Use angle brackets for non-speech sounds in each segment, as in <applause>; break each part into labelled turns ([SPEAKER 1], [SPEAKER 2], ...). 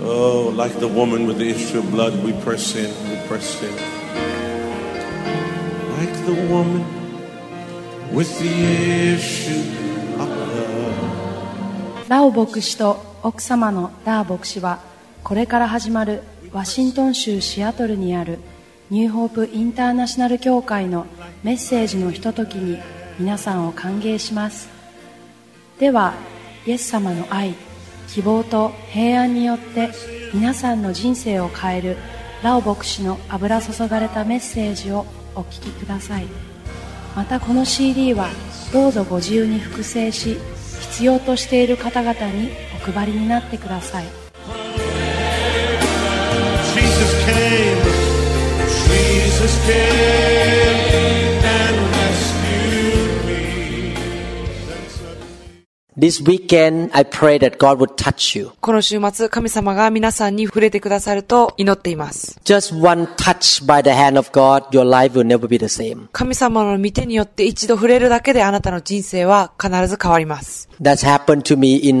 [SPEAKER 1] Oh, like the woman with the issue of blood, we press in, we press in. Like the woman with the issue of blood.
[SPEAKER 2] ラオ牧師と奥様のダー牧師はこれから始まるワシントン州シアトルにあるニューホープインターナショナル協会のメッセージのひとときに皆さんを歓迎しますではイエス様の愛希望と平安によって皆さんの人生を変えるラオ牧師の油注がれたメッセージをお聞きくださいまたこの CD はどうぞご自由に複製し必要としている方々にお配りになってください
[SPEAKER 1] Jesus came, Jesus came and rescued me.
[SPEAKER 3] This weekend, I pray that God would touch you.
[SPEAKER 4] この週末、神様が皆さんに触れてくださると祈っています。
[SPEAKER 3] Just one touch by the hand of God, your life will never be the same.
[SPEAKER 4] 神様の御手によって一度触れるだけであなたの人生は必ず変わります。
[SPEAKER 3] That's happened to me in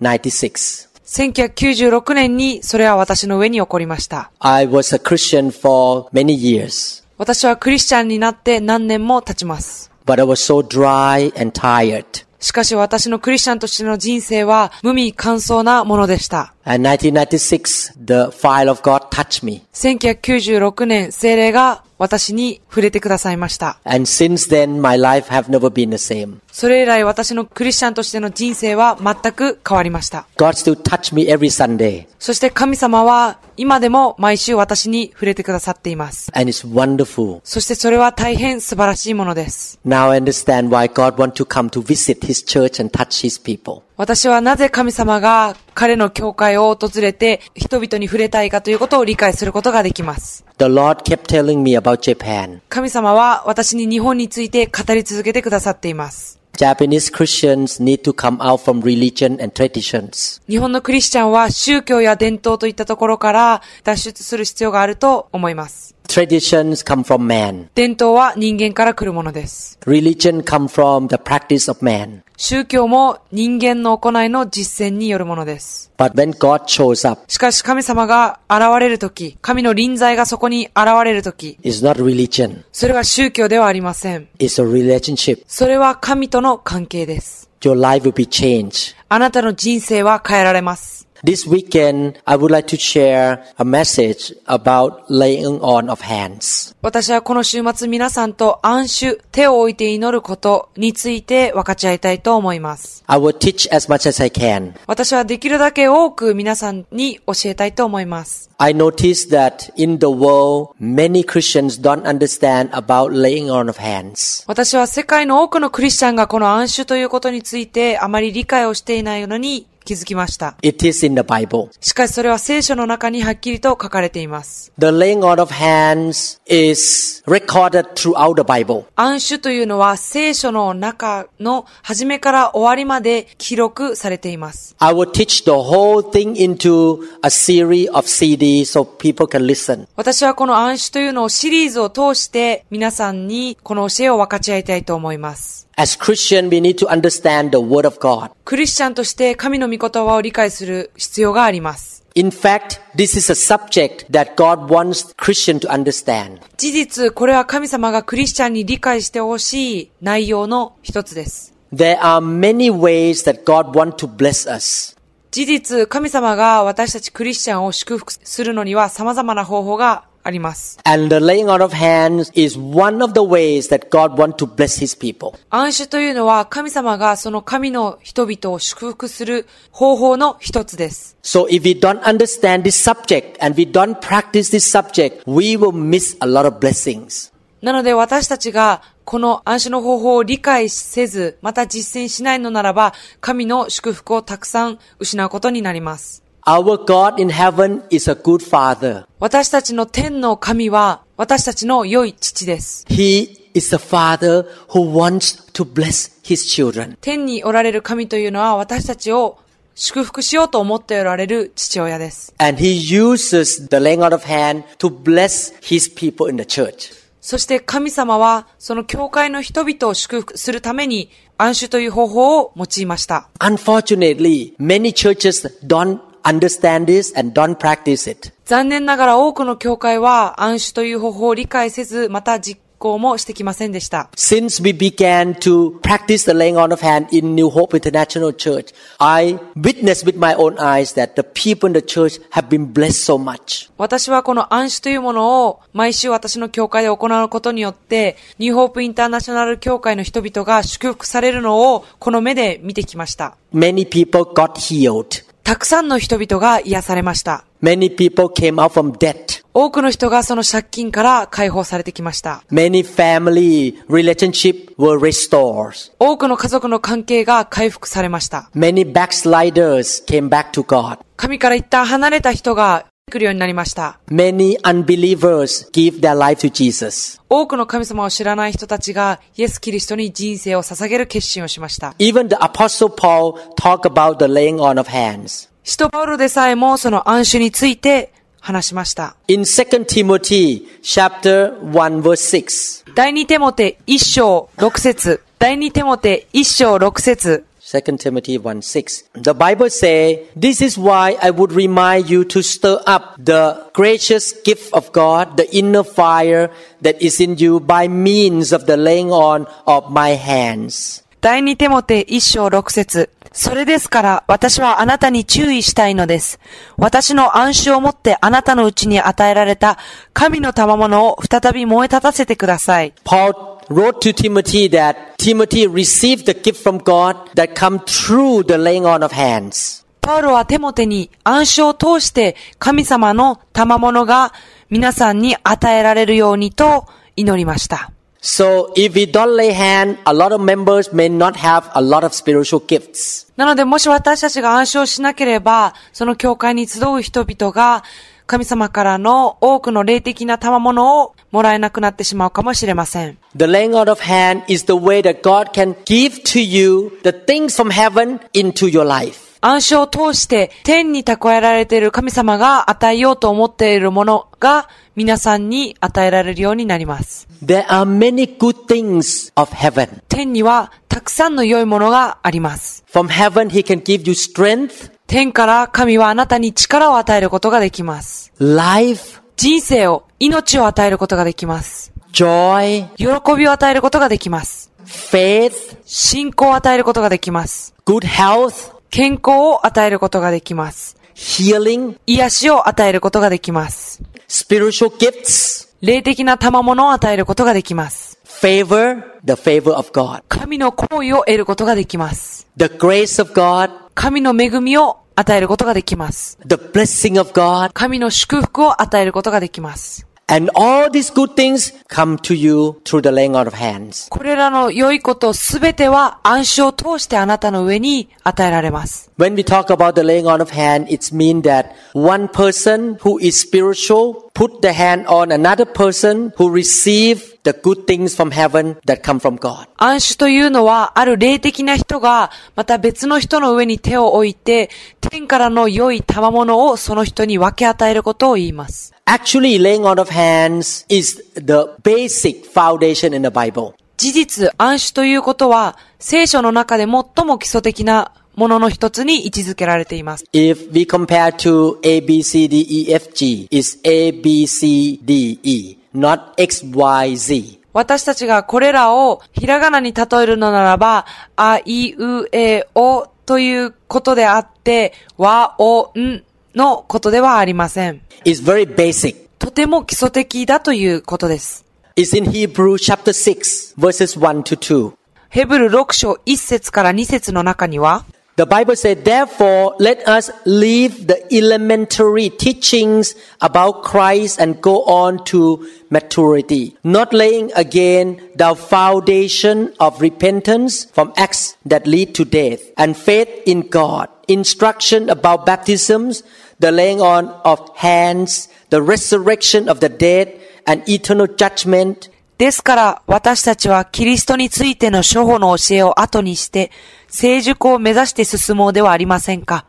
[SPEAKER 3] 1996.
[SPEAKER 4] 1996年にそれは私の上に起こりました。
[SPEAKER 3] I was a Christian for many years,
[SPEAKER 4] 私はクリスチャンになって何年も経ちます。
[SPEAKER 3] but I was so dry and tired.
[SPEAKER 4] しかし私のクリスチャンとしての人生は無味乾燥なものでした。
[SPEAKER 3] And 1996, the fire of God touched me.
[SPEAKER 4] 1996年、精霊が私に触れてくださいました。
[SPEAKER 3] And since then, my life have never been the same.
[SPEAKER 4] それ以来私のクリスチャンとしての人生は全く変わりました。
[SPEAKER 3] God still touch me every Sunday.
[SPEAKER 4] そして神様は今でも毎週私に触れてくださっています。
[SPEAKER 3] And it's wonderful.
[SPEAKER 4] そしてそれは大変素晴らしいものです。
[SPEAKER 3] Now I understand why God want to come to visit His church and touch His people.
[SPEAKER 4] 私はなぜ神様が彼の教会を訪れて人々に触れたいかということを理解することができます。
[SPEAKER 3] The Lord kept telling me about Japan.
[SPEAKER 4] 神様は私に日本について語り続けてくださっています。
[SPEAKER 3] Japanese Christians need to come out from religion and traditions.
[SPEAKER 4] 日本のクリスチャンは宗教や伝統といったところから脱出する必要があると思います。
[SPEAKER 3] Traditions come from man.
[SPEAKER 4] 伝統は人間から来るものです。
[SPEAKER 3] Religion come from the practice of man.
[SPEAKER 4] 宗教も人間の行いの実践によるものです。
[SPEAKER 3] But when God shows up,
[SPEAKER 4] しかし神様が現れるとき、神の臨在がそこに現れるとき、
[SPEAKER 3] it's not religion.
[SPEAKER 4] それは宗教ではありません。
[SPEAKER 3] It's a relationship.
[SPEAKER 4] それは神との関係です。
[SPEAKER 3] Your life will be changed.
[SPEAKER 4] あなたの人生は変えられます。
[SPEAKER 3] This weekend, I would like to share a message about laying on of hands.
[SPEAKER 4] 私はこの週末皆さんと暗手、手を置いて祈ることについて分かち合いたいと思います。
[SPEAKER 3] I will teach as much as I can.
[SPEAKER 4] 私はできるだけ多く皆さんに教えたいと思います。
[SPEAKER 3] I noticed that in the world, many Christians don't understand about laying on of hands.
[SPEAKER 4] 私は世界の多くのクリスチャンがこの暗手ということについてあまり理解をしていないのに気づきました。
[SPEAKER 3] It is in the Bible.
[SPEAKER 4] しかしそれは聖書の中にはっきりと書かれています。
[SPEAKER 3] The laying on of hands is recorded throughout the Bible.
[SPEAKER 4] 暗手というのは聖書の中の初めから終わりまで記録されています。
[SPEAKER 3] I will teach the whole thing into a series of CDs so people can listen.
[SPEAKER 4] 私はこの暗手というのをシリーズを通して皆さんにこの教えを分かち合いたいと思います。
[SPEAKER 3] As Christian, we need to understand the Word of God.
[SPEAKER 4] クリスチャンとして神の御言葉を理解する必要があります。
[SPEAKER 3] In fact, this is a subject that God wants Christian to understand.
[SPEAKER 4] 事実、これは神様がクリスチャンに理解してほしい内容の一つです。
[SPEAKER 3] There are many ways that God wants to bless us.
[SPEAKER 4] 事実、神様が私たちクリスチャンを祝福するのには様々な方法があります。
[SPEAKER 3] And the laying on of hands is one of the ways that God wants to bless His people.
[SPEAKER 4] 暗手というのは神様がその神の人々を祝福する方法の一つです。
[SPEAKER 3] So if we don't understand this subject and we don't practice this subject, we will miss a lot of blessings.
[SPEAKER 4] なので私たちがこの暗手の方法を理解せず、また実践しないのならば、神の祝福をたくさん失うことになります。
[SPEAKER 3] Our God in heaven is a good father.
[SPEAKER 4] 私たちの天の神は私たちの良い父です。
[SPEAKER 3] He is a father who wants to bless His children.
[SPEAKER 4] 天におられる神というのは私たちを祝福しようと思っておられる父親です。
[SPEAKER 3] And He uses the laying on of hand to bless His people in the church.
[SPEAKER 4] そして神様はその教会の人々を祝福するために暗手という方法を用いました。
[SPEAKER 3] Unfortunately, many churches don't understand this and don't practice it.
[SPEAKER 4] 残念ながら多くの教会は暗視という方法を理解せず、また実行もしてきませんでした。
[SPEAKER 3] Since we began to practice the laying on of hand in New Hope International Church, I witnessed with my own eyes that the people in the church have been blessed so much.
[SPEAKER 4] 私はこの暗視というものを毎週私の教会で行うことによって、ニューホープインターナショナル教会の人々が祝福されるのをこの目で見てきました。
[SPEAKER 3] Many people got healed.
[SPEAKER 4] たくさんの人々が癒されました。
[SPEAKER 3] Many people came out from debt.
[SPEAKER 4] 多くの人がその借金から解放されてきました。
[SPEAKER 3] Many family relationship were restored.
[SPEAKER 4] 多くの家族の関係が回復されました。
[SPEAKER 3] Many backsliders came back to God.
[SPEAKER 4] 神から一旦離れた人が来るようになりました。
[SPEAKER 3] Many unbelievers give their life to Jesus.
[SPEAKER 4] 多くの神様を知らない人たちがイエス・キリストに人生を捧げる決心をしました。
[SPEAKER 3] Even the apostle Paul talked about the laying on of hands.
[SPEAKER 4] 使徒パウロでさえもその暗種について話しました。
[SPEAKER 3] In 2 Timothy chapter 1 verse 6,
[SPEAKER 4] 第二手モテ一章六節。第二手モテ一章六節。
[SPEAKER 3] 2 Timothy 1 6, the Bible say, This is why I would remind you to stir up the gracious gift of God, the inner fire that is in you by means of the laying on of my hands.
[SPEAKER 4] 第二手モテ一章六節。それですから私はあなたに注意したいのです。私の暗種をもってあなたのうちに与えられた神の賜物を再び燃え立たせてください。
[SPEAKER 3] Paul wrote to Timothy that Timothy received the gift from God that come through the laying on of hands.
[SPEAKER 4] パウロはテモテに暗証を通して神様の賜物が皆さんに与えられるようにと祈りました。
[SPEAKER 3] So if we don't lay hand, a lot of members may not have a lot of spiritual gifts.
[SPEAKER 4] なのでもし私たちが暗証しなければ、その教会に集う人々が神様からの多くの霊的な賜物をもらえなくなってしまうかもしれません。
[SPEAKER 3] The laying on of hand is the way that God can give to you the things from heaven into your life.
[SPEAKER 4] 暗証を通して天に蓄えられている神様が与えようと思っているものが皆さんに与えられるようになります。
[SPEAKER 3] There are many good things of heaven.
[SPEAKER 4] 天にはたくさんの良いものがあります。
[SPEAKER 3] From heaven, He can give you strength,
[SPEAKER 4] 天から神はあなたに力を与えることができます。
[SPEAKER 3] life,
[SPEAKER 4] 人生を、命を与えることができます。
[SPEAKER 3] joy,
[SPEAKER 4] 喜びを与えることができます。
[SPEAKER 3] faith,
[SPEAKER 4] 信仰を与えることができます。
[SPEAKER 3] good health,
[SPEAKER 4] 健康を与えることができます。
[SPEAKER 3] healing,
[SPEAKER 4] 癒しを与えることができます。
[SPEAKER 3] spiritual gifts.
[SPEAKER 4] 霊的な賜物を与えることができます。
[SPEAKER 3] favor, the favor of God,
[SPEAKER 4] 神の行為を得ることができます。
[SPEAKER 3] the grace of God,
[SPEAKER 4] 神の恵みを与えることができます。
[SPEAKER 3] the blessing of God,
[SPEAKER 4] 神の祝福を与えることができます。
[SPEAKER 3] and all these good things come to you through the laying on of hands.
[SPEAKER 4] これらの良いことすべては暗証を通してあなたの上に与えられます。
[SPEAKER 3] When we talk about the laying on of hand, it's mean that one person who is spiritual put the hand on another person who receive the good things from heaven that come from God.
[SPEAKER 4] 暗視というのは、ある霊的な人が、また別の人の上に手を置いて、天からの良い賜物をその人に分け与えることを言います。
[SPEAKER 3] Actually, laying on of hands is the basic foundation in the Bible.
[SPEAKER 4] 事実、暗視ということは、聖書の中で最も基礎的なものの一つに位置づけられています。
[SPEAKER 3] If we compare to A B C D E F G, it's A B C D E, not X Y Z.
[SPEAKER 4] 私たちがこれらをひらがなに例えるのならば、あいうえおということであって、わおんのことではありません。
[SPEAKER 3] It's very basic.
[SPEAKER 4] とても基礎的だということです。
[SPEAKER 3] It's in Hebrew chapter 6, verses 1 to 2.
[SPEAKER 4] ヘブル6章1節から2節の中には、
[SPEAKER 3] The Bible said, Therefore, let us leave the elementary teachings about Christ and go on to maturity, not laying again the foundation of repentance from acts that lead to death and faith in God, instruction about baptisms, the laying on of hands, the resurrection of the dead, and eternal judgment.
[SPEAKER 4] ですから私たちはキリストについての諸法の教えを後にして、成熟を目指して進もうではありませんか。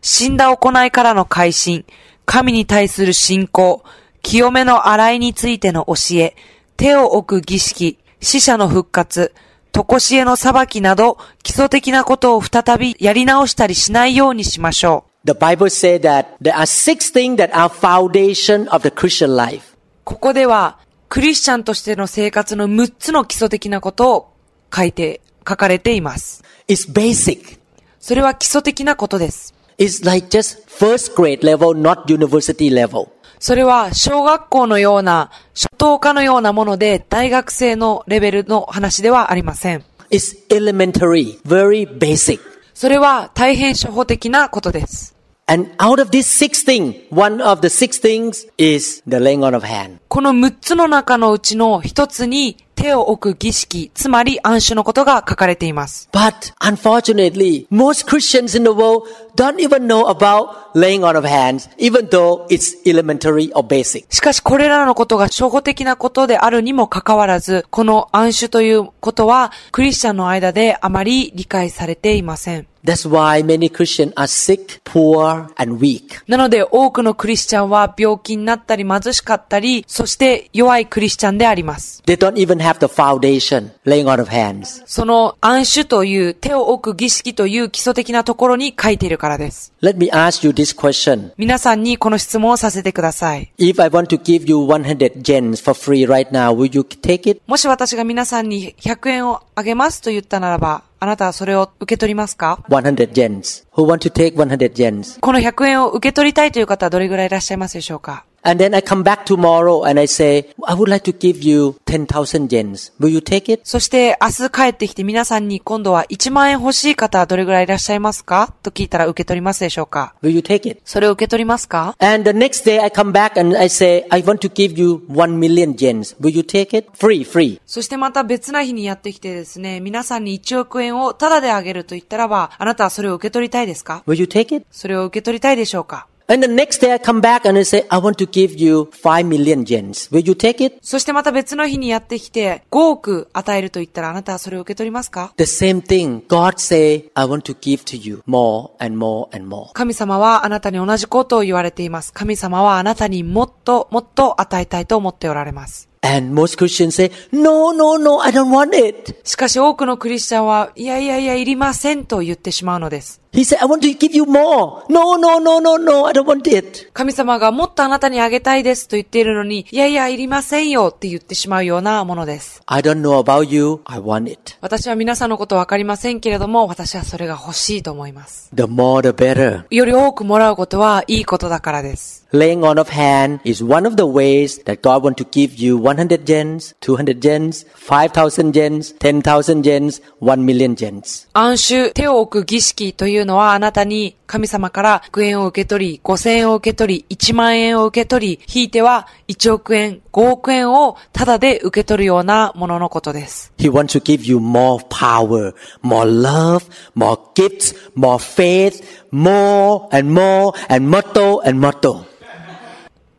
[SPEAKER 4] 死んだ行いからの改心、神に対する信仰、清めの洗いについての教え、手を置く儀式、死者の復活、とこしえの裁きなど、基礎的なことを再びやり直したりしないようにしましょう。
[SPEAKER 3] The Bible says that there are six things that are foundation of the Christian life.
[SPEAKER 4] ここでは、クリスチャンとしての生活の6つの基礎的なことを書いて、書かれています。
[SPEAKER 3] It's basic.
[SPEAKER 4] それは基礎的なことです。
[SPEAKER 3] It's like just first grade level, not university level.
[SPEAKER 4] それは小学校のような、初等科のようなもので、大学生のレベルの話ではありません。
[SPEAKER 3] It's elementary, very basic.
[SPEAKER 4] それは大変初歩的なことです。
[SPEAKER 3] And out of these six things, one of the six things is the laying on of hand.
[SPEAKER 4] この6つの中のうちの1つに手を置く儀式、つまり暗種のことが書かれています。
[SPEAKER 3] But unfortunately, most Christians in the world don't even know about laying on of hands, even though it's elementary or basic.
[SPEAKER 4] しかしこれらのことが初歩的なことであるにもかかわらず、この暗種ということはクリスチャンの間であまり理解されていません。
[SPEAKER 3] That's why many Christians are sick, poor, and weak.
[SPEAKER 4] なので多くのクリスチャンは病気になったり貧しかったり、そして弱いクリスチャンであります。
[SPEAKER 3] They don't even have the foundation, laying on of hands.
[SPEAKER 4] その暗種という手を置く儀式という基礎的なところに書いているからです。
[SPEAKER 3] Let me ask you this question.
[SPEAKER 4] 皆さんにこの質問をさせてください。
[SPEAKER 3] If I want to give you 100 yens for free right now, will you take it?
[SPEAKER 4] もし私が皆さんに100円をあげますと言ったならば、あなたはそれを受け取りますか
[SPEAKER 3] 100 yens. Who want to take 100 yens?
[SPEAKER 4] この100円を受け取りたいという方はどれぐらいいらっしゃいますでしょうか
[SPEAKER 3] And then I come back tomorrow and I say, I would like to give you 10,000 yens. Will you take it?
[SPEAKER 4] そして明日帰ってきて皆さんに今度は1万円欲しい方はどれぐらいいらっしゃいますかと聞いたら受け取りますでしょうか
[SPEAKER 3] Will you take it?
[SPEAKER 4] それを受け取りますか
[SPEAKER 3] And the next day I come back and I say, I want to give you 1 million yens. Will you take it? Free, free.
[SPEAKER 4] そしてまた別な日にやってきてですね、皆さんに1億円をタダであげると言ったらば、あなたはそれを受け取りたいですか
[SPEAKER 3] Will you take it?
[SPEAKER 4] それを受け取りたいでしょうか
[SPEAKER 3] And the next day I come back and I say, I want to give you 5 million yens. Will you take it?
[SPEAKER 4] そしてまた別の日にやってきて5億与えると言ったらあなたはそれを受け取りますか
[SPEAKER 3] The same thing. God say, I want to give to you more and more and more.
[SPEAKER 4] 神様はあなたに同じことを言われています。神様はあなたにもっともっと与えたいと思っておられます。
[SPEAKER 3] And most Christians say, no, no, no, I don't want it.
[SPEAKER 4] しかし多くのクリスチャンは、いやいやいや、いりませんと言ってしまうのです。
[SPEAKER 3] He said, I want to give you more. No, no, no, no, no, I don't want it.
[SPEAKER 4] 神様がもっとあなたにあげたいですと言っているのに、いやいや、いりませんよって言ってしまうようなものです。
[SPEAKER 3] I don't know about you. I want it.
[SPEAKER 4] 私は皆さんのことわかりませんけれども、私はそれが欲しいと思います。
[SPEAKER 3] The more the better.
[SPEAKER 4] より多くもらうことはいいことだからです。
[SPEAKER 3] Laying on of hand is one of the ways that God want to give you 100 yens, 200 yens, 5,000 yens, 10,000 yens, 1 million yens.
[SPEAKER 4] 暗種、手を置く儀式というのはあなたに神様から100円を受け取り、5000円を受け取り、1万円を受け取り、ひいては1億円、5億円をタダで受け取るようなもののことです。
[SPEAKER 3] He wants to give you more power, more love, more gifts, more faith, more and more and motto and motto.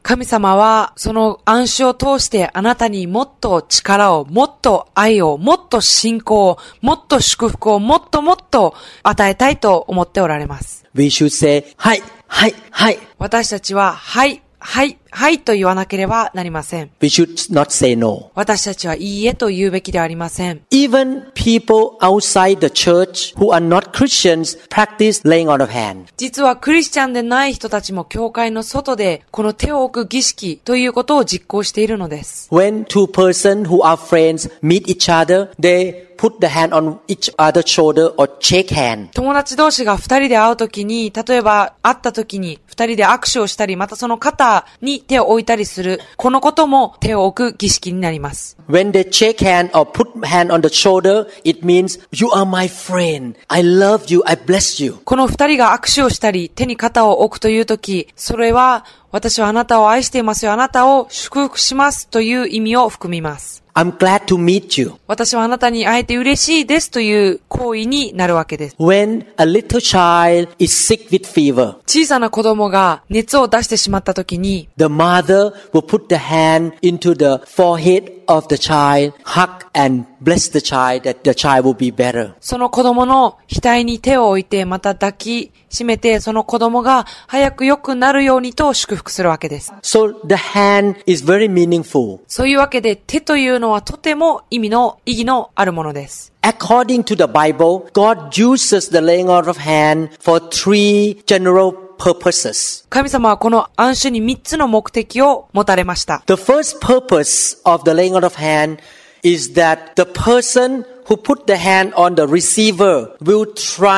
[SPEAKER 4] 神様はその暗種を通してあなたにもっと力を、もっと愛を、もっと信仰を、もっと祝福を、もっともっと与えたいと思っておられます。
[SPEAKER 3] We should say, hi, hi, hi.
[SPEAKER 4] 私たちは、はい、はい、はいと言わなければなりません。
[SPEAKER 3] We should not say no.
[SPEAKER 4] 私たちはいいえと言うべきではありません。
[SPEAKER 3] Even people outside the church who are not Christians practice laying on of hand.
[SPEAKER 4] 実はクリスチャンでない人たちも教会の外でこの手を置く儀式ということを実行しているのです。
[SPEAKER 3] When two persons who are friends meet each other, they put the hand on each other's shoulder or shake hand.
[SPEAKER 4] 友達同士が二人で会うときに、例えば会ったときに二人で握手をしたり、またその肩に手を置いたりする、このことも手を置く儀式になります。
[SPEAKER 3] When they shake hand or put hand on the shoulder, it means you are my friend. I love you. I bless you.
[SPEAKER 4] この二人が握手をしたり、手に肩を置くというとき、それは私はあなたを愛していますよ、あなたを祝福しますという意味を含みます。
[SPEAKER 3] I'm glad to meet you.
[SPEAKER 4] 私はあなたに会えて嬉しいですという行為になるわけです。
[SPEAKER 3] When a little child is sick with fever,
[SPEAKER 4] 小さな子供が熱を出してしまった時に、
[SPEAKER 3] the mother will put the hand into the forehead of the child, hug and bless the child that the child will be better.
[SPEAKER 4] その子供の額に手を置いて、また抱きしめて、その子供が早く良くなるようにと祝福するわけです。
[SPEAKER 3] So the hand is very meaningful.
[SPEAKER 4] そういうわけで手というのはとても意味の、意義のあるものです。
[SPEAKER 3] According to the Bible, God uses the laying on of hand for three general purposes.
[SPEAKER 4] 神様はこの暗種に3つの目的を持たれました。
[SPEAKER 3] The first purpose of the laying on of hand is that the person who put the hand on the receiver will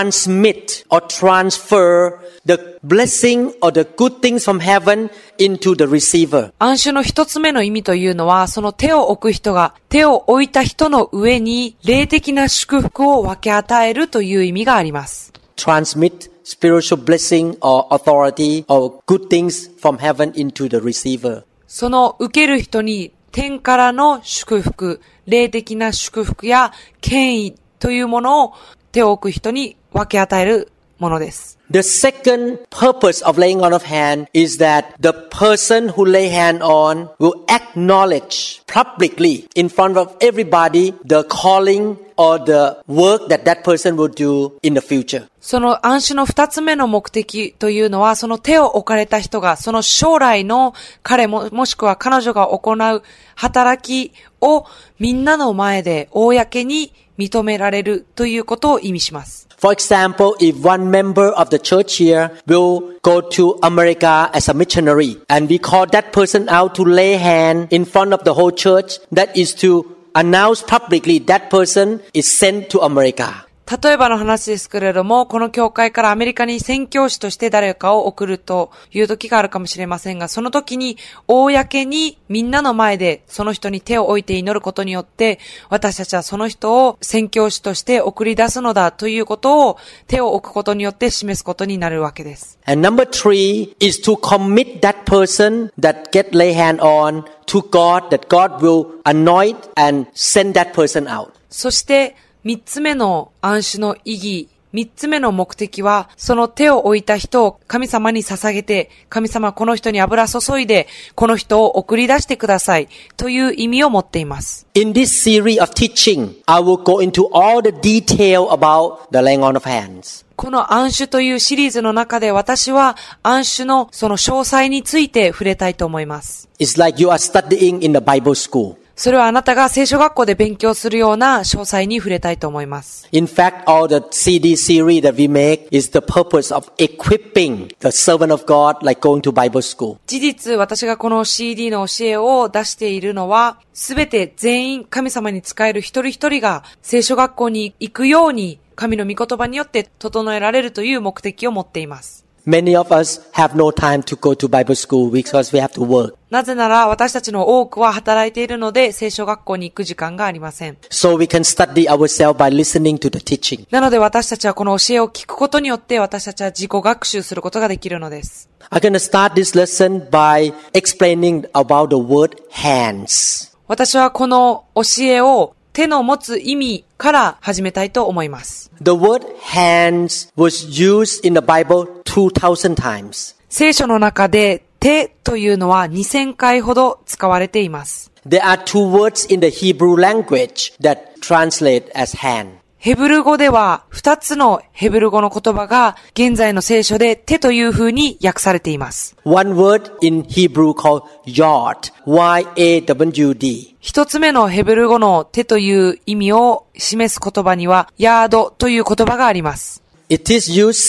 [SPEAKER 3] transmit or transfer the blessing or the good things from heaven into the receiver.
[SPEAKER 4] 暗種の一つ目の意味というのは、その手を置く人が手を置いた人の上に霊的な祝福を分け与えるという意味があります。
[SPEAKER 3] Transmit spiritual blessing or authority or good things from heaven into the receiver.
[SPEAKER 4] その受ける人に天からの祝福、霊的な祝福や権威というものを手を置く人に分け与えるものです。
[SPEAKER 3] The second purpose of laying on of hand is that the person who lay hand on will acknowledge publicly in front of everybody the calling or the work that that person will do in the future.
[SPEAKER 4] その暗視の二つ目の目的というのは、その手を置かれた人が、その将来の彼も、もしくは彼女が行う働きをみんなの前で公に認められるということを意味します。
[SPEAKER 3] For example, if one member of the church here will go to America as a missionary and we call that person out to lay hand in front of the whole church, that is to announce publicly that person is sent to America.
[SPEAKER 4] 例えばの話ですけれども、この教会からアメリカに宣教師として誰かを送るという時があるかもしれませんが、その時に、公にみんなの前でその人に手を置いて祈ることによって、私たちはその人を宣教師として送り出すのだということを手を置くことによって示すことになるわけです。
[SPEAKER 3] And number three is to commit that person that get lay hand on to God, that God will anoint and send that person out.
[SPEAKER 4] そして、三つ目の暗種の意義、三つ目の目的は、その手を置いた人を神様に捧げて、神様この人に油注いで、この人を送り出してください、という意味を持っています。
[SPEAKER 3] In this series of teaching, I will go into all the detail about the laying on of hands.
[SPEAKER 4] この暗種というシリーズの中で私は暗種のその詳細について触れたいと思います。
[SPEAKER 3] It's like you are studying in the Bible school.
[SPEAKER 4] それはあなたが聖書学校で勉強するような詳細に触れたいと思います。
[SPEAKER 3] In fact, all the CD series that we make is the purpose of equipping the servant of God like going to Bible school.
[SPEAKER 4] 事実、私がこの CD の教えを出しているのは、すべて全員神様に仕える一人一人が聖書学校に行くように、神の御言葉によって整えられるという目的を持っています。
[SPEAKER 3] Many of us have no time to go to Bible school because we have to work.
[SPEAKER 4] なぜなら私たちの多くは働いているので聖書学校に行く時間がありません。
[SPEAKER 3] So we can study ourselves by listening to the teaching.
[SPEAKER 4] なので私たちはこの教えを聞くことによって私たちは自己学習することができるのです。
[SPEAKER 3] I'm going to start this lesson by explaining about the word hands.
[SPEAKER 4] 私はこの教えを手の持つ意味から始めたいと思います。
[SPEAKER 3] The word hands was used in the Bible 2000 times.
[SPEAKER 4] 聖書の中で手というのは2000回ほど使われています。
[SPEAKER 3] There are two words in the Hebrew language that translate as hand.
[SPEAKER 4] ヘブル語では2つのヘブル語の言葉が現在の聖書で手という風に訳されています。
[SPEAKER 3] One word in Hebrew called yod, Y-A-W-D.
[SPEAKER 4] 一つ目のヘブル語の手という意味を示す言葉にはヤードという言葉があります。
[SPEAKER 3] It is used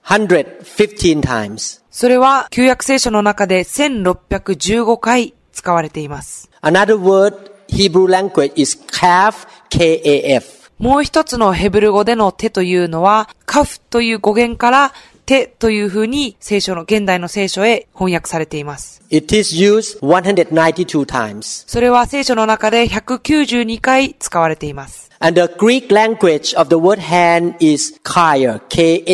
[SPEAKER 3] 1615 times.
[SPEAKER 4] それは旧約聖書の中で1615回使われています。
[SPEAKER 3] Another word, Hebrew language is calf, K-A-F.
[SPEAKER 4] もう一つのヘブル語での手というのは、カフという語源から手という風に聖書の、現代の聖書へ翻訳されています。
[SPEAKER 3] It is used 192 times.
[SPEAKER 4] それは聖書の中で192回使われています。
[SPEAKER 3] And the Greek language of the word hand is kyre,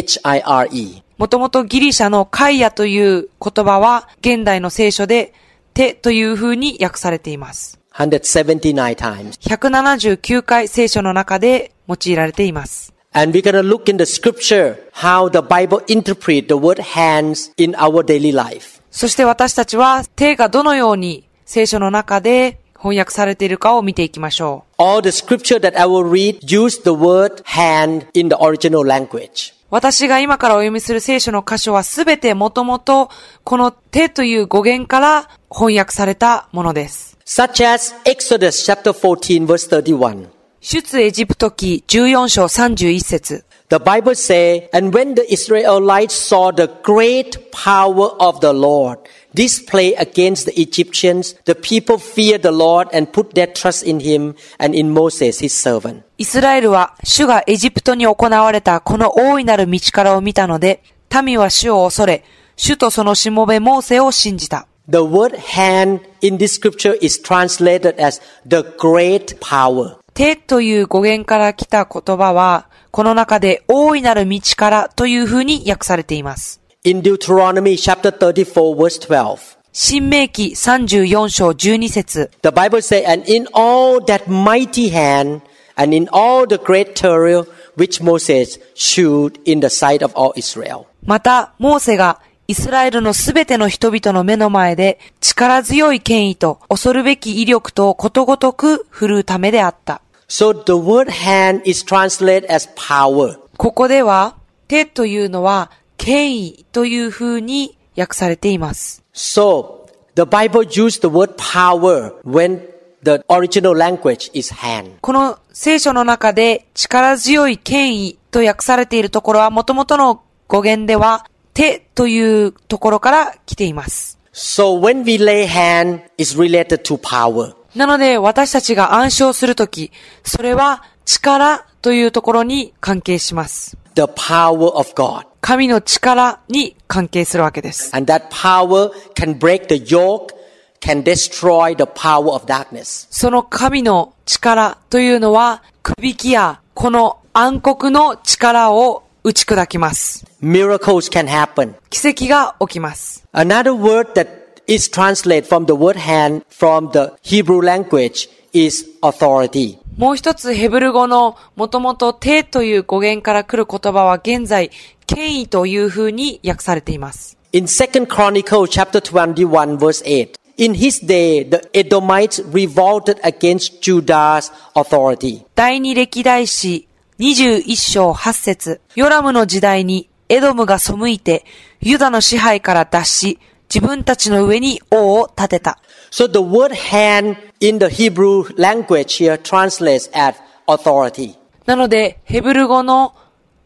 [SPEAKER 3] K-H-I-R-E.
[SPEAKER 4] もともとギリシャのカイアという言葉は、現代の聖書で手という風に訳されています。
[SPEAKER 3] 179 times.
[SPEAKER 4] 179回聖書の中で用いられています。
[SPEAKER 3] And we're going to look in the scripture how the Bible interpret the word hands in our daily life.
[SPEAKER 4] そして私たちは手がどのように聖書の中で翻訳されているかを見ていきましょう。
[SPEAKER 3] All the scripture that I will read use the word hand in the original language.
[SPEAKER 4] 私が今からお読みする聖書の箇所はすべてもともとこの手という語源から翻訳されたものです。
[SPEAKER 3] Such as Exodus chapter 14 verse 31.
[SPEAKER 4] 出エジプト記14章31節
[SPEAKER 3] The Bible say, and when the Israelites saw the great power of the Lord displayed against the Egyptians, the people feared the Lord and put their trust in him and in Moses his servant.
[SPEAKER 4] イスラエルは主がエジプトに行われたこの大いなる道からを見たので、民は主を恐れ、主とそのしもべモーセを信じた。
[SPEAKER 3] The word hand in this scripture is translated as the great power.
[SPEAKER 4] 手という語源から来た言葉は、この中で大いなる道からという風に訳されています。
[SPEAKER 3] In Deuteronomy chapter 34 verse 12,
[SPEAKER 4] 新明記34章12節
[SPEAKER 3] the Bible say, and in all that mighty hand and in all the great terror which Moses shewed in the sight of all Israel.
[SPEAKER 4] また、モーセがイスラエルのすべての人々の目の前で力強い権威と恐るべき威力とことごとく振るうためであった。
[SPEAKER 3] So the word hand is translated as power.
[SPEAKER 4] ここでは、手というのは権威という風に訳されています。
[SPEAKER 3] So the Bible used the word power when the original language is hand.
[SPEAKER 4] この聖書の中で力強い権威と訳されているところは元々の語源では手というところから来ています。
[SPEAKER 3] So when we lay hand is related to power.
[SPEAKER 4] なので私たちが暗唱するとき、それは力というところに関係します。
[SPEAKER 3] The power of God.
[SPEAKER 4] 神の力に関係するわけです。
[SPEAKER 3] And that power can break the yoke, can destroy the power of darkness.
[SPEAKER 4] その神の力というのは、くびきやこの暗黒の力を打ち砕きます。
[SPEAKER 3] Miracles can happen.
[SPEAKER 4] 奇跡が起きます。
[SPEAKER 3] Another word that is translated from the word hand from the Hebrew language is authority.
[SPEAKER 4] もう一つヘブル語のもともと手という語源から来る言葉は現在、権威という風に訳されています。
[SPEAKER 3] In 2nd Chronicles chapter 21 verse 8, in his day the Edomites revolted against Judah's authority.
[SPEAKER 4] 第二歴代史21章8節ヨラムの時代にエドムが背いて、ユダの支配から脱し、自分たちの上に王を立てた。
[SPEAKER 3] So the word hand in the Hebrew language here translates as authority.
[SPEAKER 4] なので、ヘブル語の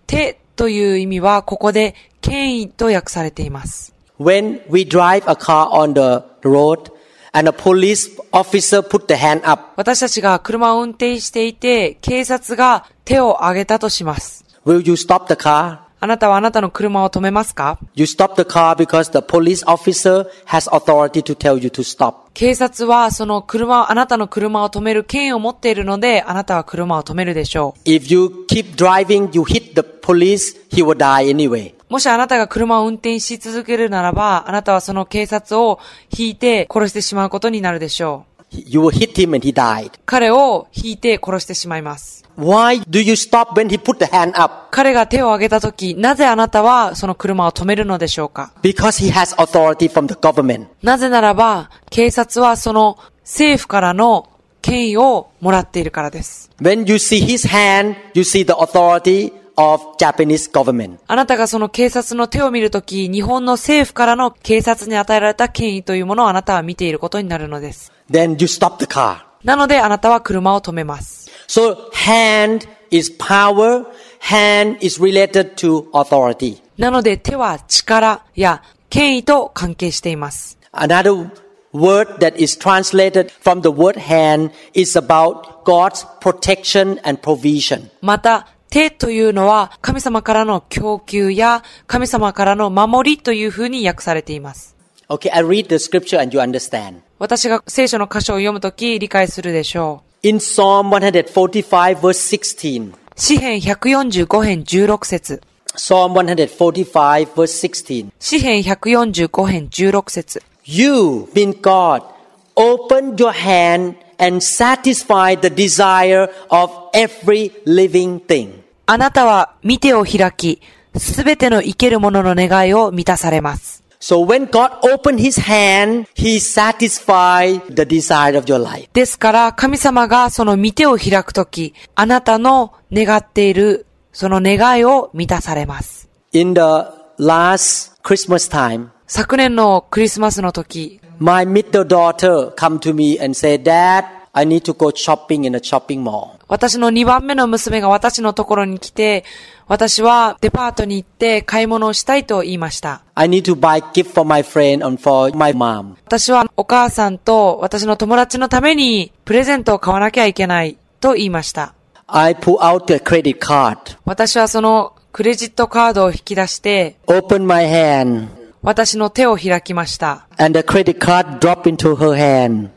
[SPEAKER 4] 手という意味は、ここで権威と訳されています。
[SPEAKER 3] When we drive a car on the road and a police officer put the hand up,
[SPEAKER 4] 私たちが車を運転していて、警察が手を挙げたとします。
[SPEAKER 3] will you stop the car?
[SPEAKER 4] あなたはあなたの車を止めますか
[SPEAKER 3] You stop the car because the police officer has authority to tell you to stop.
[SPEAKER 4] 警察はその車を、あなたの車を止める権威を持っているので、あなたは車を止めるでしょ
[SPEAKER 3] If you keep driving, you hit the police, he will die anyway.
[SPEAKER 4] う。もしあなたが車を運転し続けるならば、あなたはその警察を引いて殺してしまうことになるでしょう。
[SPEAKER 3] You will hit him and he died.
[SPEAKER 4] 彼を引いて殺してしまいます。
[SPEAKER 3] Why do you stop when he put the hand up?
[SPEAKER 4] 彼が手を挙げたとき、なぜあなたはその車を止めるのでしょうか
[SPEAKER 3] Because he has authority from the government.
[SPEAKER 4] なぜならば、警察はその政府からの権威をもらっているからです。
[SPEAKER 3] When you see his hand, you see the authority of Japanese government.
[SPEAKER 4] あなたがその警察の手を見るとき、日本の政府からの警察に与えられた権威というものをあなたは見ていることになるのです。
[SPEAKER 3] Then you stop the car.
[SPEAKER 4] なのであなたは車を止めます。
[SPEAKER 3] So hand is power. Hand is related to authority.
[SPEAKER 4] なので手は力や権威と関係しています。
[SPEAKER 3] Another word that is translated from the word hand is about God's protection and provision.
[SPEAKER 4] また、手というのは神様からの供給や神様からの守りというふうに訳されています。
[SPEAKER 3] Okay, I read the scripture and you understand.
[SPEAKER 4] 私が聖書の箇所を読むとき理解するでしょう。
[SPEAKER 3] In Psalm 145 verse 16,
[SPEAKER 4] 詩篇145編16節
[SPEAKER 3] Psalm 145 verse 16,
[SPEAKER 4] 詩篇145編16節
[SPEAKER 3] You, mean God, open your hand and satisfy the desire of every living thing.
[SPEAKER 4] あなたは見てを開き、すべての生けるものの願いを満たされます。
[SPEAKER 3] So when God opened his hand, he satisfied the desire of your life.
[SPEAKER 4] ですから神様がその見てを開くとき、あなたの願っているその願いを満たされます。
[SPEAKER 3] In the last Christmas time,
[SPEAKER 4] 昨年のクリスマスのとき、
[SPEAKER 3] my middle daughter come to me and say, Dad, I need to go shopping in a shopping mall.
[SPEAKER 4] 私の2番目の娘が私のところに来て、私はデパートに行って買い物をしたいと言いました。
[SPEAKER 3] I need to buy gift for my friend and for my mom.
[SPEAKER 4] 私はお母さんと私の友達のためにプレゼントを買わなきゃいけないと言いました。
[SPEAKER 3] I pull out the credit card,
[SPEAKER 4] 私はそのクレジットカードを引き出して、
[SPEAKER 3] open my hand,
[SPEAKER 4] 私の手を開きました。
[SPEAKER 3] and the credit card dropped into her hand.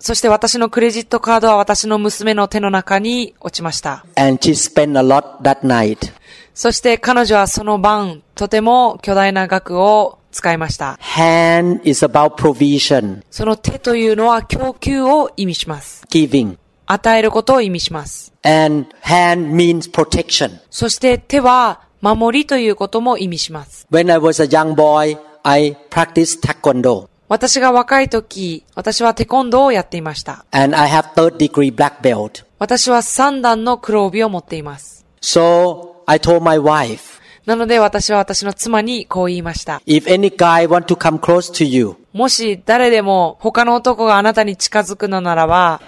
[SPEAKER 4] そして私のクレジットカードは私の娘の手の中に落ちました。
[SPEAKER 3] And she spent a lot that night.
[SPEAKER 4] そして彼女はその晩、とても巨大な額を使いました。
[SPEAKER 3] Hand is about provision,
[SPEAKER 4] その手というのは供給を意味します。
[SPEAKER 3] giving.
[SPEAKER 4] 与えることを意味します。
[SPEAKER 3] And hand means protection.
[SPEAKER 4] そして手は守りということも意味します。
[SPEAKER 3] When I was a young boy, I practiced taekwondo
[SPEAKER 4] 私が若い時、私はテコンドーをやっていました。
[SPEAKER 3] and I have third degree black belt.
[SPEAKER 4] 私は3段の黒帯を持っています。
[SPEAKER 3] So I told my wife,
[SPEAKER 4] なので私は私の妻にこう言いました。
[SPEAKER 3] if any guy want to come close to you,
[SPEAKER 4] もし誰でも他の男があなたに近づくのならば、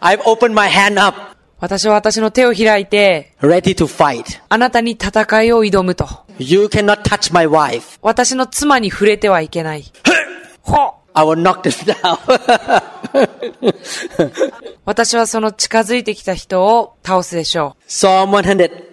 [SPEAKER 3] I've opened my hand up,
[SPEAKER 4] 私は私の手を開いて、
[SPEAKER 3] ready to fight.
[SPEAKER 4] あなたに戦いを挑むと。
[SPEAKER 3] You cannot touch my wife.
[SPEAKER 4] 私の妻に触れてはいけない。ほ
[SPEAKER 3] I will knock <laughs> them down.
[SPEAKER 4] 私はその近づいてきた人を倒すでしょう。
[SPEAKER 3] Psalm 104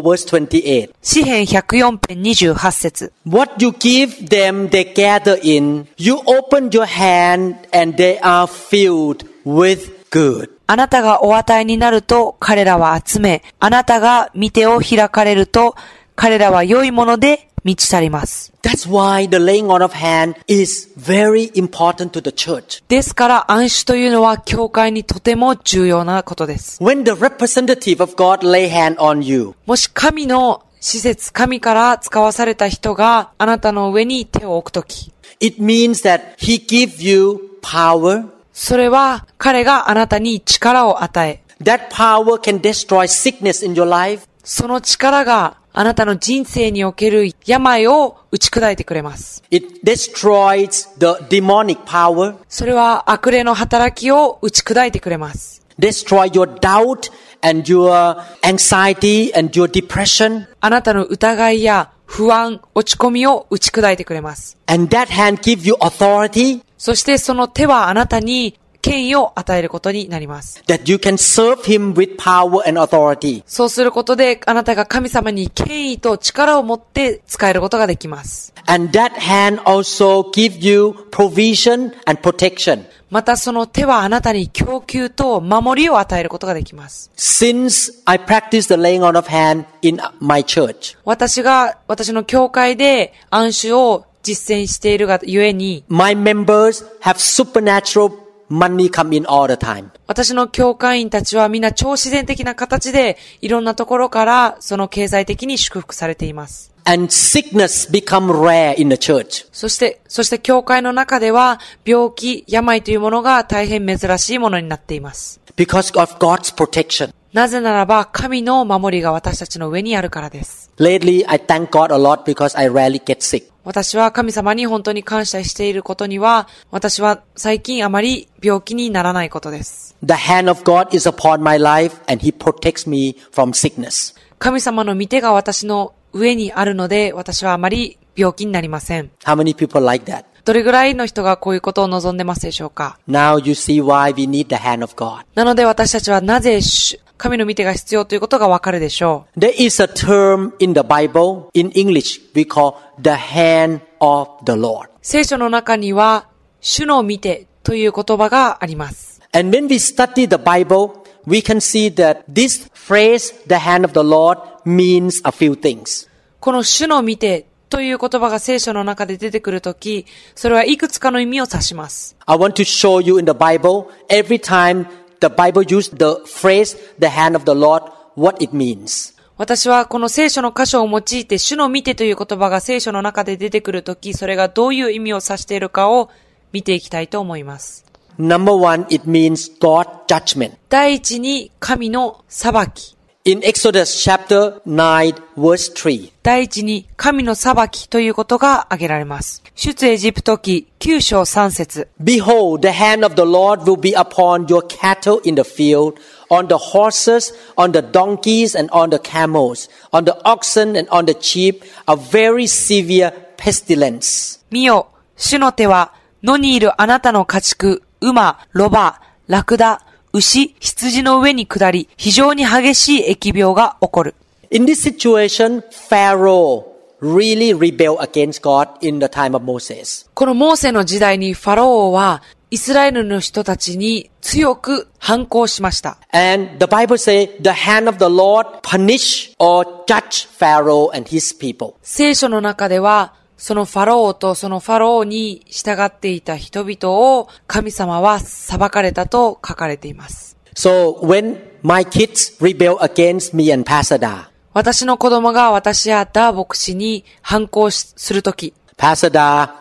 [SPEAKER 3] verse 28.
[SPEAKER 4] 詩篇104編28節
[SPEAKER 3] What you give them, they gather in. You open your hand and they are filled with good.
[SPEAKER 4] あなたがお与えになると彼らは集め、あなたが見てを開かれると彼らは良いもので満ち去ります。
[SPEAKER 3] That's why the laying on of hand is very important to the church.
[SPEAKER 4] ですから暗視というのは教会にとても重要なことです。
[SPEAKER 3] When the representative of God lay hand on you,
[SPEAKER 4] もし神の施設、神から使わされた人があなたの上に手を置くとき、
[SPEAKER 3] it means that he give you power.
[SPEAKER 4] それは彼があなたに力を与え、
[SPEAKER 3] That power can destroy sickness in your life.
[SPEAKER 4] その力があなたの人生における病を打ち砕いてくれます。
[SPEAKER 3] It destroys the demonic power,
[SPEAKER 4] それは悪霊の働きを打ち砕いてくれます。
[SPEAKER 3] destroy your doubt and your anxiety and your depression.
[SPEAKER 4] あなたの疑いや不安、落ち込みを打ち砕いてくれます。
[SPEAKER 3] And that hand give you authority
[SPEAKER 4] そしてその手はあなたに権威を与えることになります。
[SPEAKER 3] that you can serve him with power and authority.
[SPEAKER 4] そうすることであなたが神様に権威と力を持って使えることができます。
[SPEAKER 3] And that hand also give you provision and protection.
[SPEAKER 4] またその手はあなたに供給と守りを与えることができます。
[SPEAKER 3] Since I practice the laying on of hand in my church,
[SPEAKER 4] 私が、私の教会で暗守を実践しているがゆえに、
[SPEAKER 3] my members have supernatural money come in all the time.
[SPEAKER 4] 私の教会員たちはみんな超自然的な形で、いろんなところからその経済的に祝福されています。
[SPEAKER 3] And sickness become rare in the church.
[SPEAKER 4] そして、そして教会の中では、病気、病というものが大変珍しいものになっています。
[SPEAKER 3] because of God's protection.
[SPEAKER 4] なぜならば、神の守りが私たちの上にあるからです。
[SPEAKER 3] Lately, I thank God a lot because I rarely get sick.
[SPEAKER 4] 私は神様に本当に感謝していることには、私は最近あまり病気にならないことです。
[SPEAKER 3] The hand of God is upon my life and He protects me from sickness.
[SPEAKER 4] 神様の御手が私の上にあるので、私はあまり病気になりません。
[SPEAKER 3] How many people like that?
[SPEAKER 4] どれぐらいの人がこういうことを望んでますでしょうか
[SPEAKER 3] Now you see why we need the hand of God.
[SPEAKER 4] なので私たちはなぜ主神の御手が必要ということがわかるでしょ
[SPEAKER 3] There is a term in the Bible, in English, we call the hand of the Lord.
[SPEAKER 4] う。聖書の中には、主の御手という言葉があります。
[SPEAKER 3] And when we study the Bible, we can see that this phrase, the hand of the Lord, means a few things.
[SPEAKER 4] この主の御手という言葉が聖書の中で出てくるとき、それはいくつかの意味を指します。
[SPEAKER 3] I want to show you in the Bible every time the Bible used the phrase the hand of the Lord what it means.
[SPEAKER 4] 私はこの聖書の箇所を用いて、主の見てという言葉が聖書の中で出てくるとき、それがどういう意味を指しているかを見ていきたいと思います。
[SPEAKER 3] Number 1 it means God judgment.
[SPEAKER 4] 第一に、神の裁き。
[SPEAKER 3] in Exodus chapter 9 verse 3.
[SPEAKER 4] 第一に神の裁きということが挙げられます。出エジプト記9章3節
[SPEAKER 3] Behold, the hand of the Lord will be upon your cattle in the field, on the horses, on the donkeys, and on the camels, on the oxen, and on the sheep, a very severe pestilence.
[SPEAKER 4] 見よ、主の手は野にいるあなたの家畜、馬、ロバ、ラクダ、牛、羊の上に下り、非常に激しい疫病が起こる。
[SPEAKER 3] In this situation, Pharaoh really rebelled against God in the time of Moses.
[SPEAKER 4] このモーセの時代にファローはイスラエルの人たちに強く反抗しました。
[SPEAKER 3] And the Bible says the hand of the Lord punish or judge Pharaoh and his people.
[SPEAKER 4] 聖書の中では、そのファローとそのファローに従っていた人々を神様は裁かれたと書かれています。
[SPEAKER 3] So when my kids rebel against me and Pasada,
[SPEAKER 4] 私の子供が私やダー牧師に反抗しするとき、
[SPEAKER 3] Pasada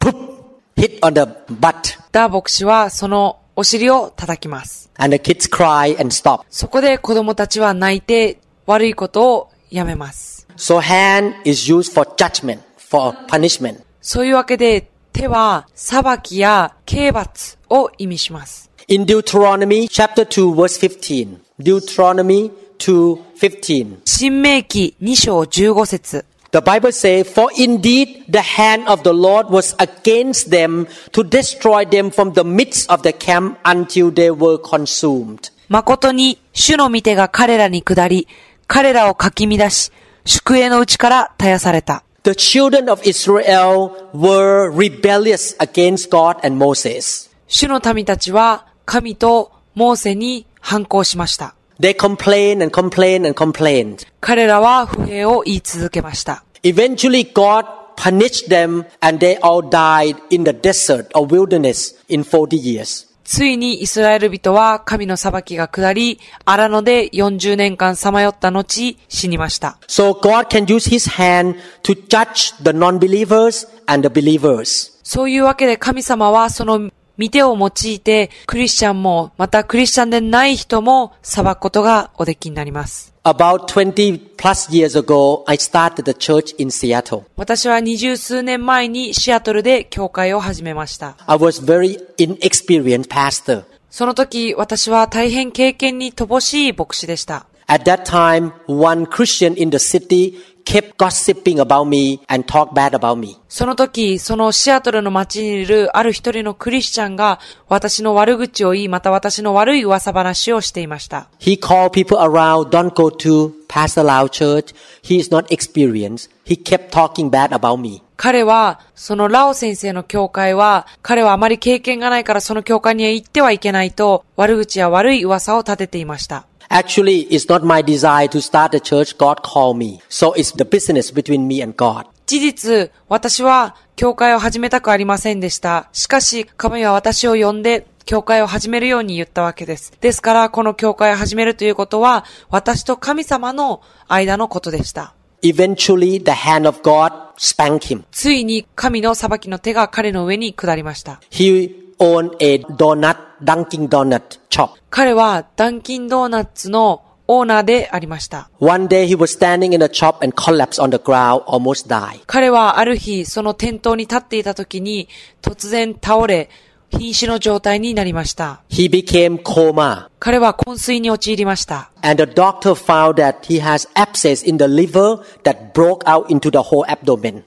[SPEAKER 3] poop, hit on the butt,
[SPEAKER 4] ダー牧師はそのお尻を叩きます。
[SPEAKER 3] and the kids cry and stop.
[SPEAKER 4] そこで子供たちは泣いて悪いことをやめます。
[SPEAKER 3] So hand is used for judgment, for punishment.
[SPEAKER 4] そういうわけで手は裁きや刑罰を意味します。
[SPEAKER 3] In Deuteronomy chapter 2 verse 15, Deuteronomy 2 15,
[SPEAKER 4] 新明記2章15節
[SPEAKER 3] The Bible says, For indeed the hand of the Lord was against them to destroy them from the midst of the camp until they were consumed.
[SPEAKER 4] 誠に主の御手が彼らに下り、彼らをかき乱し、宿営のうちから絶やされた。
[SPEAKER 3] The children of Israel were rebellious against God and Moses.
[SPEAKER 4] 主の民たちは神とモーセに反抗しました。
[SPEAKER 3] They complained and complained and complained.
[SPEAKER 4] 彼らは不平を言い続けました。
[SPEAKER 3] Eventually God punished them and they all died in the desert or wilderness in 40 years.
[SPEAKER 4] ついにイスラエル人は神の裁きが下り、荒野で40年間さまよった後死にました。
[SPEAKER 3] So God can use his hand to judge the non-believers and the believers.
[SPEAKER 4] そういうわけで神様はその見手を用いて、クリスチャンも、またクリスチャンでない人も裁くことがおできになります。
[SPEAKER 3] About 20 plus years ago, I started the church in Seattle.
[SPEAKER 4] 私は二十数年前にシアトルで教会を始めました。
[SPEAKER 3] I was very inexperienced pastor.
[SPEAKER 4] その時、私は大変経験に乏しい牧師でした。
[SPEAKER 3] At that time, one Christian in the city kept gossiping about me and talked bad about me.
[SPEAKER 4] その時、そのシアトルの街にいるある一人のクリスチャンが、私の悪口を言い、また私の悪い噂話をしていました。
[SPEAKER 3] He called people around, don't go to Pastor Lau church. He is not experienced. He kept talking bad about me.
[SPEAKER 4] 彼は、そのラオ先生の教会は、彼はあまり経験がないからその教会には行ってはいけないと、悪口や悪い噂を立てていました。
[SPEAKER 3] Actually, it's not my desire to start a church. God called me. So it's the business between me and God.
[SPEAKER 4] 事実、私は教会を始めたくありませんでした。しかし、神は私を呼んで、教会を始めるように言ったわけです。ですから、この教会を始めるということは、私と神様の間のことでした。
[SPEAKER 3] Eventually, the hand of God spanked him.
[SPEAKER 4] ついに神の裁きの手が彼の上に下りました。
[SPEAKER 3] He owned a donut, Dunkin' Donut shop.
[SPEAKER 4] 彼はダンキンドーナツのオーナーでありました。
[SPEAKER 3] One day he was standing in a shop and collapsed on the ground, almost died.
[SPEAKER 4] 彼はある日、その店頭に立っていた時に、突然倒れ、瀕死の状態になりました。
[SPEAKER 3] He became coma,
[SPEAKER 4] 彼は昏睡に陥りました。
[SPEAKER 3] and the doctor found that he has abscess in the liver that broke out into the whole abdomen.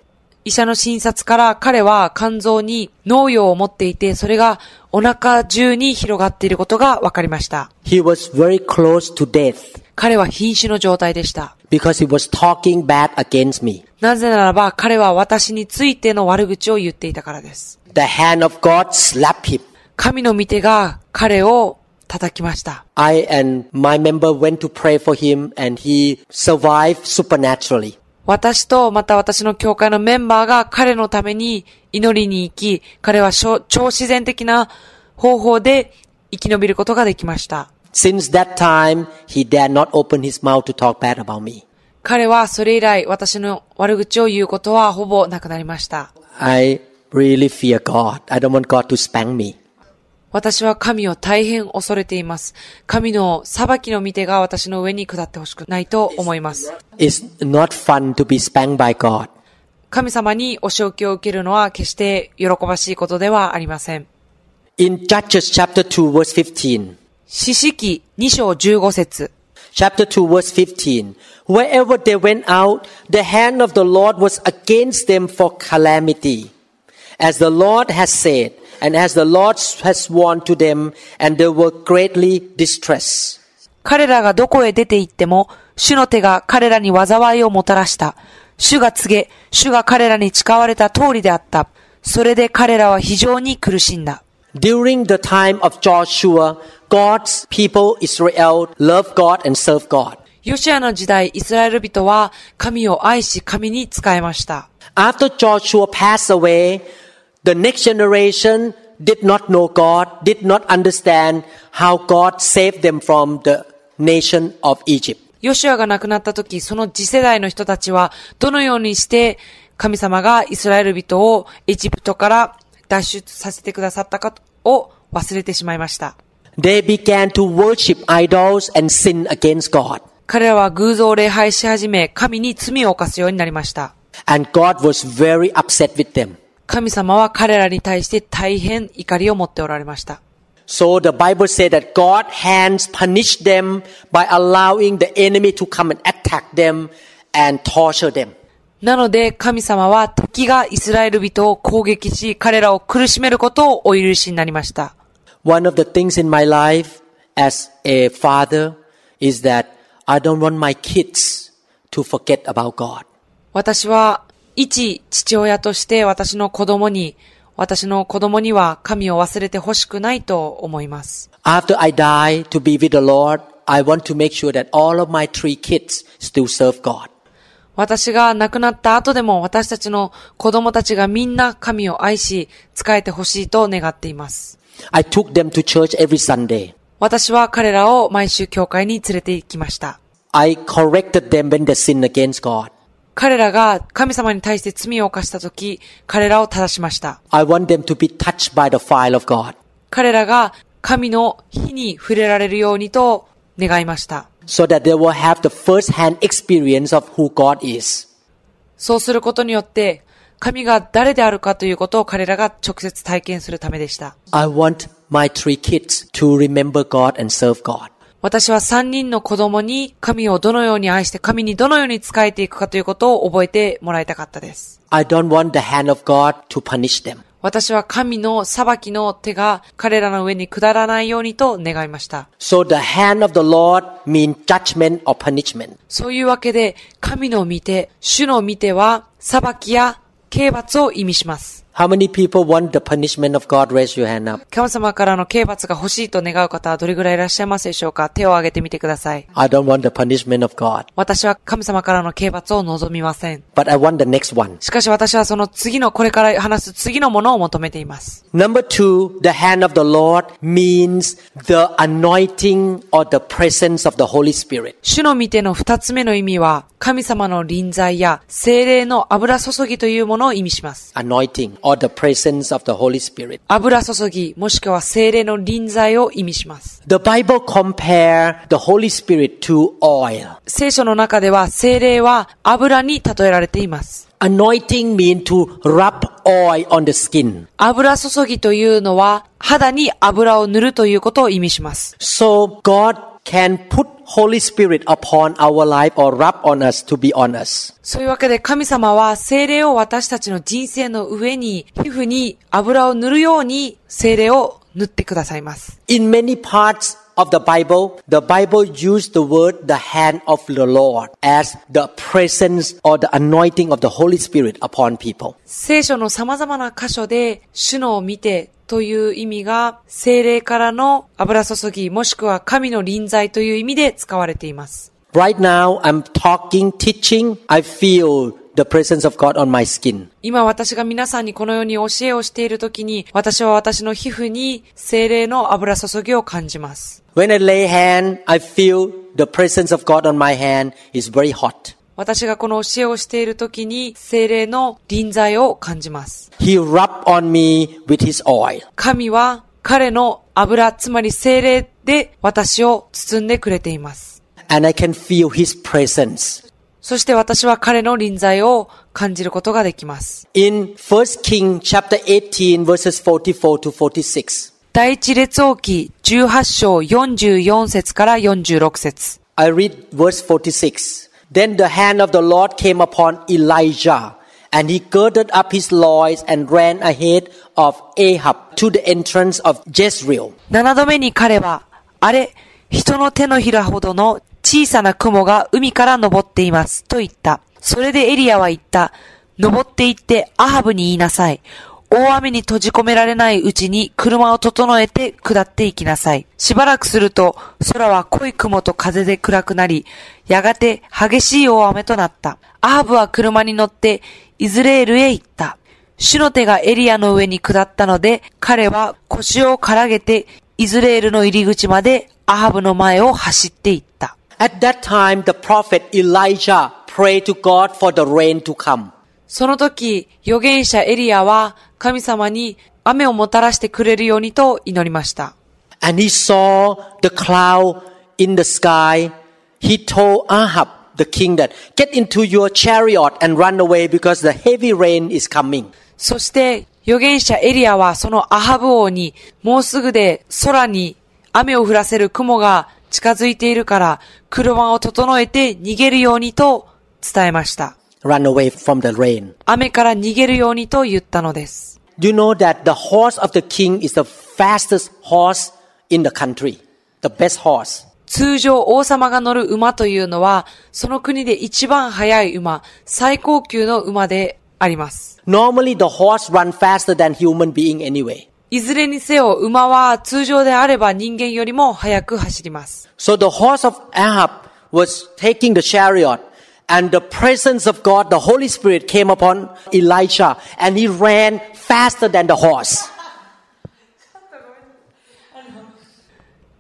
[SPEAKER 4] 医者の診察から彼は肝臓に農用を持っていて、それがお腹中に広がっていることが分かりました。
[SPEAKER 3] He was very close to death
[SPEAKER 4] 彼は瀕死の状態でした。
[SPEAKER 3] because he was talking bad against me.
[SPEAKER 4] なぜならば彼は私についての悪口を言っていたからです。
[SPEAKER 3] The hand of God slapped him.
[SPEAKER 4] 神の御手が彼を叩きました。
[SPEAKER 3] I and my member went to pray for him and he survived supernaturally.
[SPEAKER 4] 私とまた私の教会のメンバーが彼のために祈りに行き、彼は超超自然的な方法で生き延びることができました。
[SPEAKER 3] Since that time, he dared not open his mouth to talk bad about me.
[SPEAKER 4] 彼はそれ以来私の悪口を言うことはほぼなくなりました。
[SPEAKER 3] I really fear God. I don't want God to spank me.
[SPEAKER 4] 私は神を大変恐れています。神の裁きの御手が私の上に下ってほしくないと思います。
[SPEAKER 3] It's not fun to be spanked by God.
[SPEAKER 4] 神様にお仕置きを受けるのは決して喜ばしいことではありません。
[SPEAKER 3] In Judges chapter 2 verse 15,
[SPEAKER 4] 四式2章15節
[SPEAKER 3] chapter 2 verse 15, wherever they went out, the hand of the Lord was against them for calamity. As the Lord has said, and as the Lord has sworn to them, and they were greatly distressed.
[SPEAKER 4] 彼らがどこへ出て行っても、主の手が彼らに災いをもたらした。主が告げ、主が彼らに誓われた通りであった。それで彼らは非常に苦しんだ。
[SPEAKER 3] During the time of Joshua, God's people Israel loved God and served God.
[SPEAKER 4] ヨシアの時代、イスラエル人は神を愛し神に仕えました。
[SPEAKER 3] After Joshua passed away, the next generation did not know God, did not understand how God saved them from the nation of Egypt.
[SPEAKER 4] ヨシアが亡くなった時、その次世代の人たちは、どのようにして神様がイスラエル人をエジプトから脱出させてくださったかを忘れてしまいました。
[SPEAKER 3] They began to worship idols and sin against God.
[SPEAKER 4] 彼らは偶像を礼拝し始め、神に罪を犯すようになりました。
[SPEAKER 3] And God was very upset with them.
[SPEAKER 4] 神様は彼らに対して大変怒りを持っておられました。
[SPEAKER 3] So the Bible said that God hands punished them by allowing the enemy to come and attack them and torture them.
[SPEAKER 4] なので神様は敵がイスラエル人を攻撃し、彼らを苦しめることをお許しになりました。
[SPEAKER 3] One of the things in my life as a father is that I don't want my kids to forget about God.
[SPEAKER 4] 私は、一父親として私の子供に、私の子供には神を忘れてほしくないと思います。
[SPEAKER 3] After I die to be with the Lord, I want to make sure that all of my three kids still serve God.
[SPEAKER 4] 私が亡くなった後でも私たちの子供たちがみんな神を愛し、仕えてほしいと願っています。
[SPEAKER 3] I took them to church every Sunday.
[SPEAKER 4] 私は彼らを毎週教会に連れて行きました。
[SPEAKER 3] I corrected them when they sinned against God.
[SPEAKER 4] 彼らが神様に対して罪を犯した時、彼らを正しました。
[SPEAKER 3] I want them to be touched by the fire of God
[SPEAKER 4] 彼らが神の火に触れられるようにと願いました。
[SPEAKER 3] so that they will have the first hand experience of who God is.
[SPEAKER 4] そうすることによって、神が誰であるかということを彼らが直接体験するためでした。
[SPEAKER 3] I want my three kids to remember God and serve God.
[SPEAKER 4] 私は三人の子供に神をどのように愛して神にどのように仕えていくかということを覚えてもらいたかったです。
[SPEAKER 3] I don't want the hand of God to punish them.
[SPEAKER 4] 私は神の裁きの手が彼らの上に下らないようにと願いました。
[SPEAKER 3] So the hand of the Lord means judgment or punishment.
[SPEAKER 4] そういうわけで、神の御手、主の御手は裁きや刑罰を意味します。
[SPEAKER 3] How many people want the punishment of God? Raise your hand up.
[SPEAKER 4] 神様からの刑罰が欲しいと願う方はどれぐらいいらっしゃいますでしょうか手を挙げてみてください。
[SPEAKER 3] I don't want the punishment of God,
[SPEAKER 4] 私は神様からの刑罰を望みません。
[SPEAKER 3] but I want the next one.
[SPEAKER 4] しかし私はその次の、これから話す次のものを求めています。
[SPEAKER 3] Number two, the hand of the Lord means the anointing or the presence of the Holy Spirit.
[SPEAKER 4] 主の御手の二つ目の意味は、神様の臨在や精霊の油注ぎというものを意味します。
[SPEAKER 3] Anointing or the presence of the Holy Spirit.
[SPEAKER 4] 油注ぎ、もしくは精霊の臨在を意味します。
[SPEAKER 3] The Bible compare the Holy Spirit to oil.
[SPEAKER 4] 聖書の中では精霊は油に例えられています。
[SPEAKER 3] Anointing means to rub oil on the skin.
[SPEAKER 4] 油注ぎというのは肌に油を塗るということを意味します。
[SPEAKER 3] So God can put Holy Spirit upon our life or rub on us to be on us.
[SPEAKER 4] そういうわけで神様は精霊を私たちの人生の上に皮膚に油を塗るように精霊を塗ってくださいます。
[SPEAKER 3] In many parts of the Bible, the Bible used the word the hand of the Lord as the presence or the anointing of the Holy Spirit upon people.
[SPEAKER 4] 聖書の様々な箇所で主のを見てという意味が精霊からの油注ぎもしくは神の臨在という意味で使われています。
[SPEAKER 3] Right now, I'm talking, teaching, I feel the presence of God on my skin.
[SPEAKER 4] 今私が皆さんにこのように教えをしているときに、私は私の皮膚に精霊の油注ぎを感じます。
[SPEAKER 3] When I lay hand, I feel the presence of God on my hand is very hot.
[SPEAKER 4] 私がこの教えをしているときに、精霊の臨在を感じます。
[SPEAKER 3] He rubbed on me with his oil.
[SPEAKER 4] 神は彼の油、つまり精霊で私を包んでくれています。
[SPEAKER 3] and I can feel His presence.
[SPEAKER 4] そして私は彼の臨在を感じることができます。
[SPEAKER 3] In 1 King chapter 18 verses 44 to 46,
[SPEAKER 4] 第一列王記18章44節から46節
[SPEAKER 3] I read verse 46. Then the hand of the Lord came upon Elijah, and he girded up his loins and ran ahead of Ahab to the entrance of Jezreel.
[SPEAKER 4] 7度目に彼は、あれ、人の手のひらほどの小さな雲が海から登っています、と言った。それでエリアは言った。登って行ってアハブに言いなさい。大雨に閉じ込められないうちに車を整えて下って行きなさい。しばらくすると空は濃い雲と風で暗くなり、やがて激しい大雨となった。アハブは車に乗ってイズレールへ行った。主の手がエリアの上に下ったので、彼は腰をからげて、イズレールの入り口までアハブの前を走っていった。
[SPEAKER 3] At that time, the prophet Elijah prayed to God for the rain to come.
[SPEAKER 4] その時、預言者エリアは神様に雨をもたらしてくれるようにと祈りました。
[SPEAKER 3] And he saw the cloud in the sky. He told Ahab, the king, that get into your chariot and run away because the heavy rain is coming.
[SPEAKER 4] そして、預言者エリアはそのアハブ王に、もうすぐで空に雨を降らせる雲が近づいているから、車を整えて逃げるようにと伝えました。
[SPEAKER 3] Run away from the rain.
[SPEAKER 4] 雨から逃げるようにと言ったのです。
[SPEAKER 3] You know that the horse of the king is the fastest horse in the country. The best horse.
[SPEAKER 4] 通常王様が乗る馬というのは、その国で一番速い馬、最高級の馬であります。
[SPEAKER 3] Normally the horse run faster than human being anyway.
[SPEAKER 4] いずれにせよ、馬は通常であれば人間よりも速く走ります。
[SPEAKER 3] So the horse of Ahab was taking the chariot and the presence of God, the Holy Spirit came upon Elisha and he ran faster than the horse.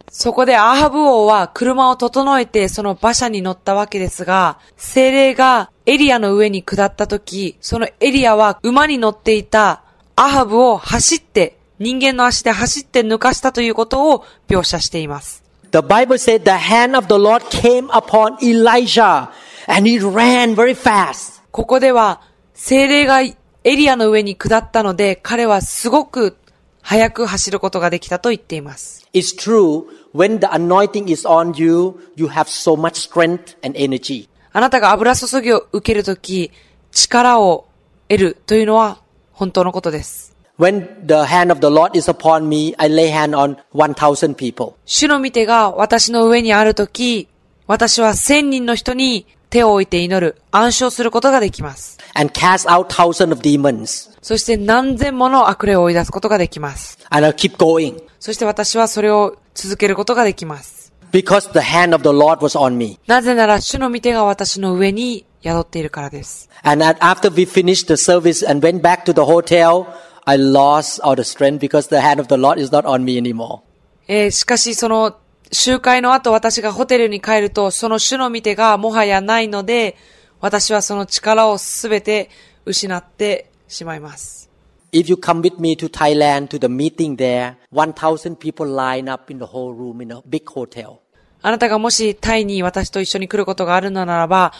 [SPEAKER 4] そこでアハブ王は車を整えてその馬車に乗ったわけですが、精霊がエリアの上に下った時、そのエリアは馬に乗っていたアハブを走って、人間の足で走って抜かしたということを描写しています。
[SPEAKER 3] The Bible said the hand of the Lord came upon Elijah and he ran very fast.
[SPEAKER 4] ここでは、精霊がエリアの上に下ったので、彼はすごく速く走ることができたと言っています。
[SPEAKER 3] It's true. When the anointing is on you, you have so much strength and energy.
[SPEAKER 4] あなたが油注ぎを受けるとき、力を得るというのは本当のことです。
[SPEAKER 3] When the hand of the Lord is upon me, I lay hand on 1,000 people.
[SPEAKER 4] 主の御手が私の上にあるとき、私は千人の人に手を置いて祈る、暗唱することができます。
[SPEAKER 3] and cast out thousands of demons.
[SPEAKER 4] そして何千もの悪霊を追い出すことができます。
[SPEAKER 3] And I'll keep going
[SPEAKER 4] そして私はそれを続けることができます。
[SPEAKER 3] because the hand of the Lord was on me.
[SPEAKER 4] なぜなら主の御手が私の上に宿っているからです。
[SPEAKER 3] And at- after we finished the service and went back to the hotel, I lost all the strength because the hand of the Lord is not on me anymore.
[SPEAKER 4] えーしかしその集会の後私がホテルに帰るとその主の御手がもはやないので私はその力をすべて失ってしまいます。
[SPEAKER 3] If you come with me to Thailand to the meeting there, 1,000 people line up in the whole room in a big hotel.
[SPEAKER 4] あなたがもしタイに私と一緒に来ることがあるのならば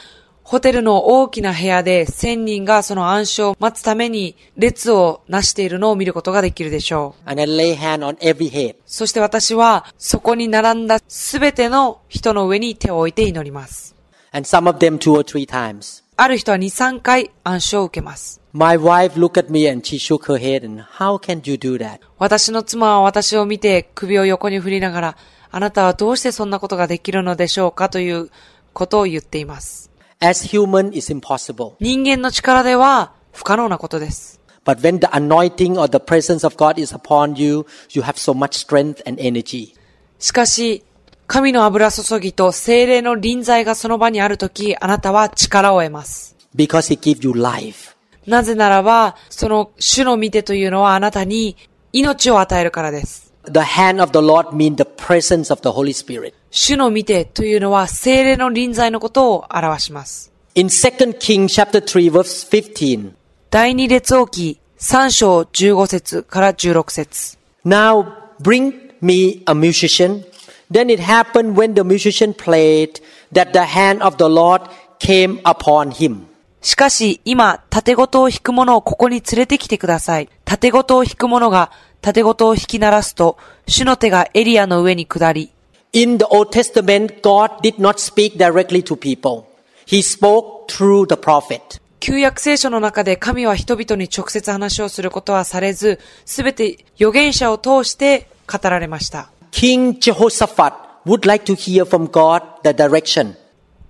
[SPEAKER 4] ホテルの大きな部屋で1000人がその暗証を待つために列をなしているのを見ることができるでしょう。
[SPEAKER 3] And I lay hand on every head.
[SPEAKER 4] そして私は、そこに並んだすべての人の上に手を置いて祈ります。
[SPEAKER 3] And some of them two or three times.
[SPEAKER 4] ある人は2、3回暗唱を受けます。
[SPEAKER 3] My wife looked at me and she shook her head and how can you do that?
[SPEAKER 4] 私の妻は私を見て首を横に振りながら、あなたはどうしてそんなことができるのでしょうかということを言っています。
[SPEAKER 3] As human, it's impossible.
[SPEAKER 4] 人間の力では不可能なことです。
[SPEAKER 3] But when the anointing or the presence of God is upon you, you have so much strength and energy.
[SPEAKER 4] しかし、神の油注ぎと精霊の臨在がその場にあるとき、あなたは力を得ます。
[SPEAKER 3] Because He gives you life.
[SPEAKER 4] なぜならば、その主の見てというのはあなたに命を与えるからです。
[SPEAKER 3] The hand of the Lord means the presence of the Holy Spirit.
[SPEAKER 4] 主の見てというのは精霊の臨在のことを表します。
[SPEAKER 3] In 2 Kings chapter 3 verse 15,
[SPEAKER 4] 第二列王記3章15節から16節。
[SPEAKER 3] now bring me a musician. Then it happened when the musician played that the hand of the Lord came upon him.
[SPEAKER 4] しかし、今、縦ごとを引く者をここに連れてきてください。縦ごとを引く者が、縦ごとを引き鳴らすと、主の手がエリアの上に下り、
[SPEAKER 3] In the Old Testament, God did not speak directly to people. He spoke through the prophet.
[SPEAKER 4] 旧約聖書の中で神は人々に直接話をすることはされず、すべて預言者を通して語られました。
[SPEAKER 3] King Jehoshaphat would like to hear from God the direction.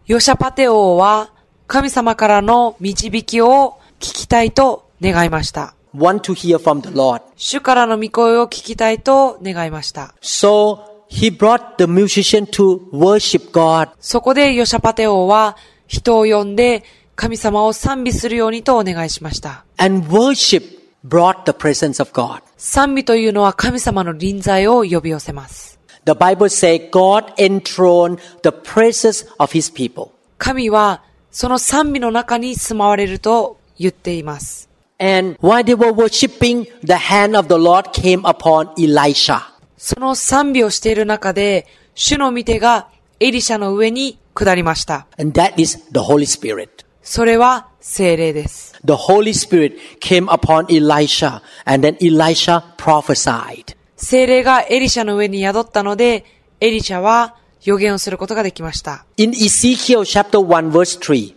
[SPEAKER 4] ヨシャパテ王は神様からの導きを聞きたいと願いました。
[SPEAKER 3] Want to hear from the Lord.
[SPEAKER 4] 主からの御声を聞きたいと願いました。
[SPEAKER 3] So he brought the musician to worship God.
[SPEAKER 4] そこでヨシャパテ王は人を呼んで神様を賛美するようにとお願いしました。
[SPEAKER 3] And worship brought the presence of God.
[SPEAKER 4] 賛美というのは神様の臨在を呼び寄せます。
[SPEAKER 3] The Bible says God enthroned the praises of his people.
[SPEAKER 4] 神はその賛美の中に住まわれると言っています。
[SPEAKER 3] And while they were worshiping, the hand of the Lord came upon Elisha.
[SPEAKER 4] その賛美をしている中で、主の御手がエリシャの上に下りました。
[SPEAKER 3] And that is the Holy Spirit.
[SPEAKER 4] それは精霊です。
[SPEAKER 3] The Holy Spirit came upon Elisha and then Elisha prophesied.
[SPEAKER 4] 精霊がエリシャの上に宿ったので、エリシャは予言をすることができました。
[SPEAKER 3] In Ezekiel chapter 1 verse 3,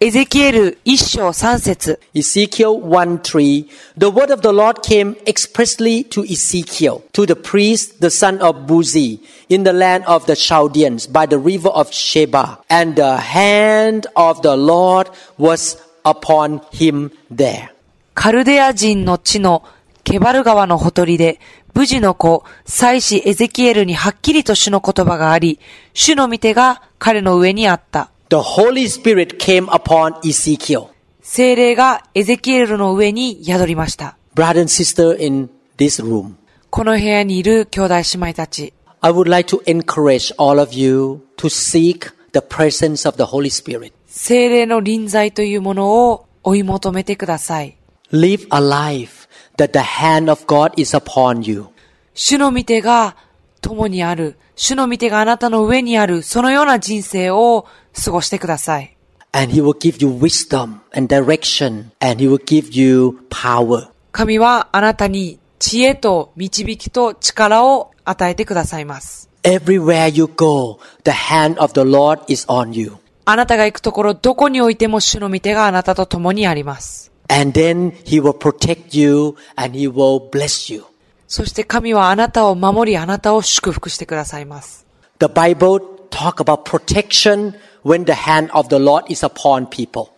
[SPEAKER 4] エゼキエル一章三節
[SPEAKER 3] Ezekiel 1 3, the word of the Lord came expressly to Ezekiel, to the priest, the son of Buzi, in the land of the Chaldeans, by the river of Sheba. And the hand of the Lord was upon him there.
[SPEAKER 4] カルデア人の地のケバル川のほとりで、無事の子、祭司エゼキエルにはっきりと主の言葉があり、主の御手が彼の上にあった。
[SPEAKER 3] The Holy Spirit came upon Ezekiel.
[SPEAKER 4] 精霊がエゼキエルの上に宿りました。
[SPEAKER 3] Brother and sister in this room,
[SPEAKER 4] この部屋にいる兄弟姉妹たち、
[SPEAKER 3] I would like to encourage all of you to seek the presence of the Holy Spirit.
[SPEAKER 4] 精霊の臨在というものを追い求めてください。
[SPEAKER 3] Live a life that the hand of God is upon you.
[SPEAKER 4] 主の御手が共にある、主の御手があなたの上にある、そのような人生を過ごしてください。
[SPEAKER 3] And he will give you wisdom and direction and he will give you power.
[SPEAKER 4] 神はあなたに知恵と導きと力を与えてくださいます。
[SPEAKER 3] Everywhere you go, the hand of the Lord is on you.
[SPEAKER 4] あなたが行くところどこにおいても主の御手があなたと共にあります。
[SPEAKER 3] And then he will protect you and he will bless you.
[SPEAKER 4] そして神はあなたを守り、あなたを祝福してくださいます。
[SPEAKER 3] The Bible talk about protection when the hand of the Lord is upon people.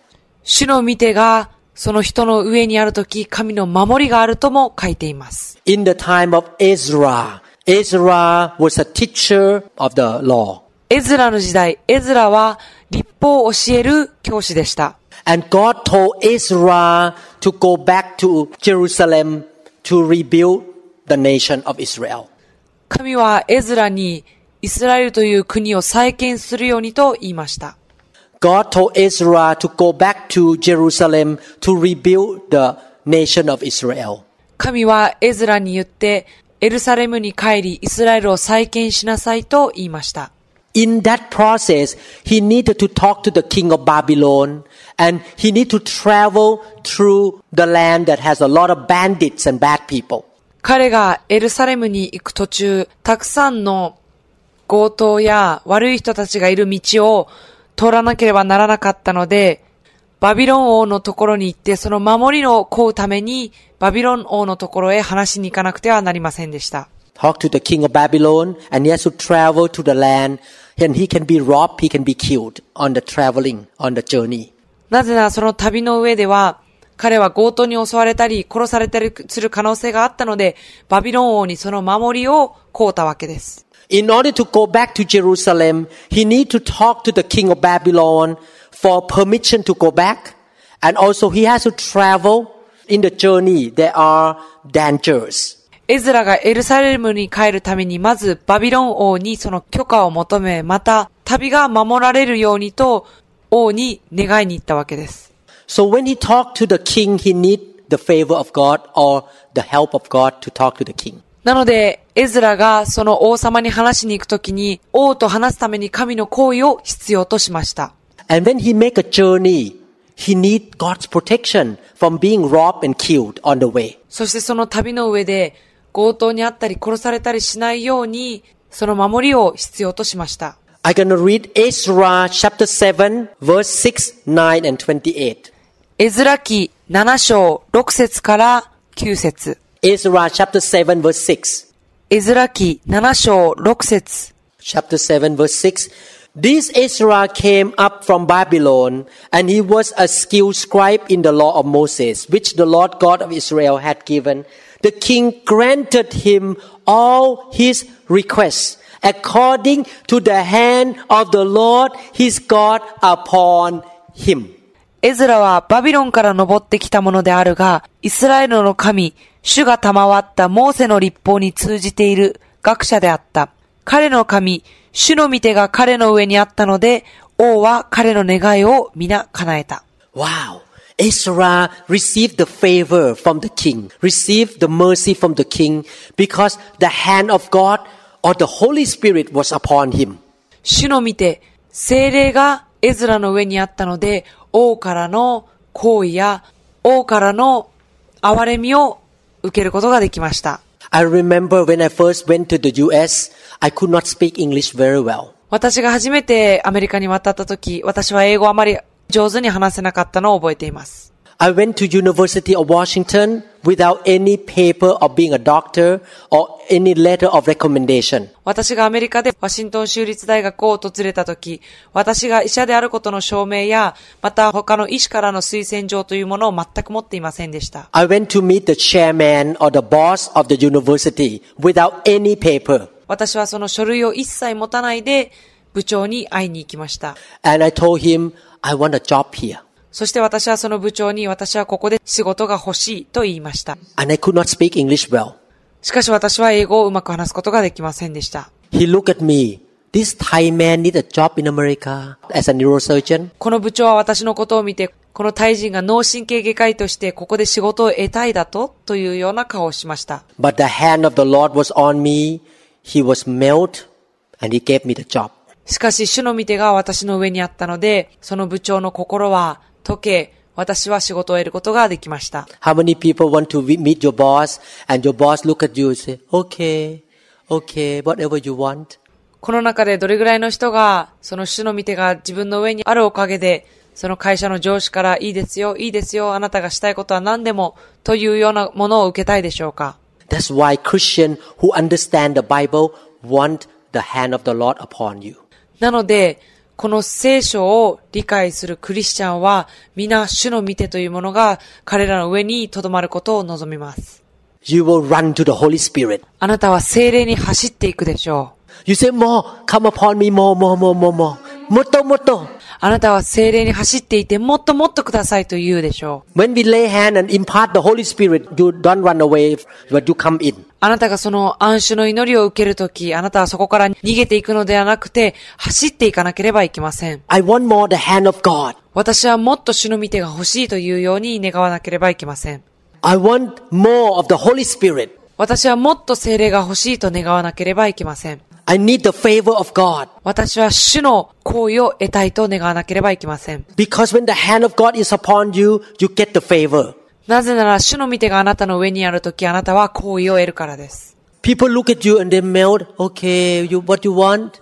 [SPEAKER 4] 主の御手がその人の上にあるとき、神の守りがあるとも書いています。
[SPEAKER 3] In the time of Ezra, Ezra was a teacher of the law.
[SPEAKER 4] エズラの時代、エズラは立法を教える教師でした。
[SPEAKER 3] And God told Ezra to go back to Jerusalem to rebuild the nation of Israel.
[SPEAKER 4] 神はエズラにイスラエルという国を再建するようにと言いました。
[SPEAKER 3] God told Ezra to go back to Jerusalem to rebuild the nation of Israel.
[SPEAKER 4] 神はエズラに言って、エルサレムに帰り、イスラエルを再建しなさいと言いました。
[SPEAKER 3] In that process, he needed to talk to the king of Babylon and he needed to travel through the land that has a lot of bandits and bad people.
[SPEAKER 4] 彼がエルサレムに行く途中、たくさんの強盗や悪い人たちがいる道を通らなければならなかったので、バビロン王のところに行って、その守りを請うために、バビロン王のところへ話しに行かなくてはなりませんでした。
[SPEAKER 3] Talk to the king of Babylon and he has to travel to the land and he can be robbed, he can be killed on the traveling, on the journey.
[SPEAKER 4] なぜならその旅の上では、彼は強盗に襲われたり、殺されたりする可能性があったので、バビロン王にその守りを請うたわけです。
[SPEAKER 3] In order to go back to Jerusalem, he need to talk to the king of Babylon for permission to go back. And also he has to travel in the journey. There are dangers.
[SPEAKER 4] エズラがエルサレムに帰るために、まずバビロン王にその許可を求め、また旅が守られるようにと、王に願いに行ったわけです。
[SPEAKER 3] So when he talked to the king, he need the favor of God or the help of God to talk to the king.
[SPEAKER 4] なので、エズラがその王様に話しに行くときに、王と話すために神の行為を必要としました。
[SPEAKER 3] And when he make a journey, he need God's protection from being robbed and killed on the way.
[SPEAKER 4] そしてその旅の上で、強盗にあったり殺されたりしないように、その守りを必要としました。
[SPEAKER 3] I'm going to read Ezra chapter 7 verse 6, 9 and 28.
[SPEAKER 4] エズラ記7章6節から9節
[SPEAKER 3] Ezra chapter 7 verse 6.
[SPEAKER 4] エズラ記7章6節
[SPEAKER 3] chapter 7 verse 6 this ezra came up from babylon and he was a skilled scribe in the law of moses which the lord god of israel had given the king granted him all his requests according to the hand of the lord his god upon him
[SPEAKER 4] エズラはバビロンから登ってきたものであるが、イスラエルの神、主が賜ったモーセの立法に通じている学者であった。彼の神、主の御手が彼の上にあったので、王は彼の願いを皆叶えた。
[SPEAKER 3] wow ezra received the favor from the king received the mercy from the king because the hand of god or the holy spirit was upon him
[SPEAKER 4] 主の見て、精霊がエズラの上にあったので、王からの行為や、王からの憐れみを受けることができました。
[SPEAKER 3] I remember when I first went to the US, I could not speak English very well.
[SPEAKER 4] 私が初めてアメリカに渡った時、私は英語をあまり上手に話せなかったのを覚えています。
[SPEAKER 3] I went to University of Washington without any paper of being a doctor or any letter of recommendation.
[SPEAKER 4] 私がアメリカでワシントン州立大学を訪れた時、私が医者であることの証明や、また他の医師からの推薦状というものを全く持っていませんでした。
[SPEAKER 3] I went to meet the chairman or the boss of the university without any paper.
[SPEAKER 4] 私はその書類を一切持たないで、部長に会いに行きました。
[SPEAKER 3] And I told him, I want a job here.
[SPEAKER 4] そして私はその部長に私はここで仕事が欲しいと言いました。
[SPEAKER 3] And I could not speak English well.
[SPEAKER 4] しかし私は英語をうまく話すことができませんでした。
[SPEAKER 3] He looked at me. This Thai man need a job in America as a neurosurgeon.
[SPEAKER 4] この部長は私のことを見て、このタイ人が脳神経外科医としてここで仕事を得たいだとというような顔をしました。
[SPEAKER 3] But the hand of the Lord was on me. He was melt and he gave me the job.
[SPEAKER 4] しかし主の御手が私の上にあったので、その部長の心は溶け、私は仕事を得ることができました。
[SPEAKER 3] How many people want to we- meet your boss and your boss look at you and say, okay, okay, whatever you want.
[SPEAKER 4] この中でどれぐらいの人が、その主の御手が自分の上にあるおかげで、その会社の上司からいいですよ、いいですよ、あなたがしたいことは何でも、というようなものを受けたいでしょうか。
[SPEAKER 3] That's why Christian who understand the Bible want the hand of the Lord upon you.
[SPEAKER 4] なので、この聖書を理解するクリスチャンは、皆主の御手というものが彼らの上に留まることを望みます。
[SPEAKER 3] You will run to the Holy Spirit.
[SPEAKER 4] あなたは精霊に走っていくでしょう。
[SPEAKER 3] You say more, come upon me more, more, more, more, more. Motto, motto.
[SPEAKER 4] あなたは精霊に走っていて、もっともっとくださいと言うでしょう。
[SPEAKER 3] When we lay hand and impart the Holy Spirit, you don't run away, but you come in.
[SPEAKER 4] あなたがその暗種の祈りを受けるとき、あなたはそこから逃げていくのではなくて、走っていかなければいけません。
[SPEAKER 3] I want more the hand of God.
[SPEAKER 4] 私はもっと主の御手が欲しいというように願わなければいけません。
[SPEAKER 3] I want more of the Holy Spirit.
[SPEAKER 4] 私はもっと精霊が欲しいと願わなければいけません。
[SPEAKER 3] I need the favor of God.
[SPEAKER 4] 私は主の行為を得たいと願わなければいけません。
[SPEAKER 3] Because when the hand of God is upon you, you get the favor.
[SPEAKER 4] なぜなら主の御手があなたの上にあるときあなたは行為を得るからです。
[SPEAKER 3] People look at you and they melt. Okay, you, what you want?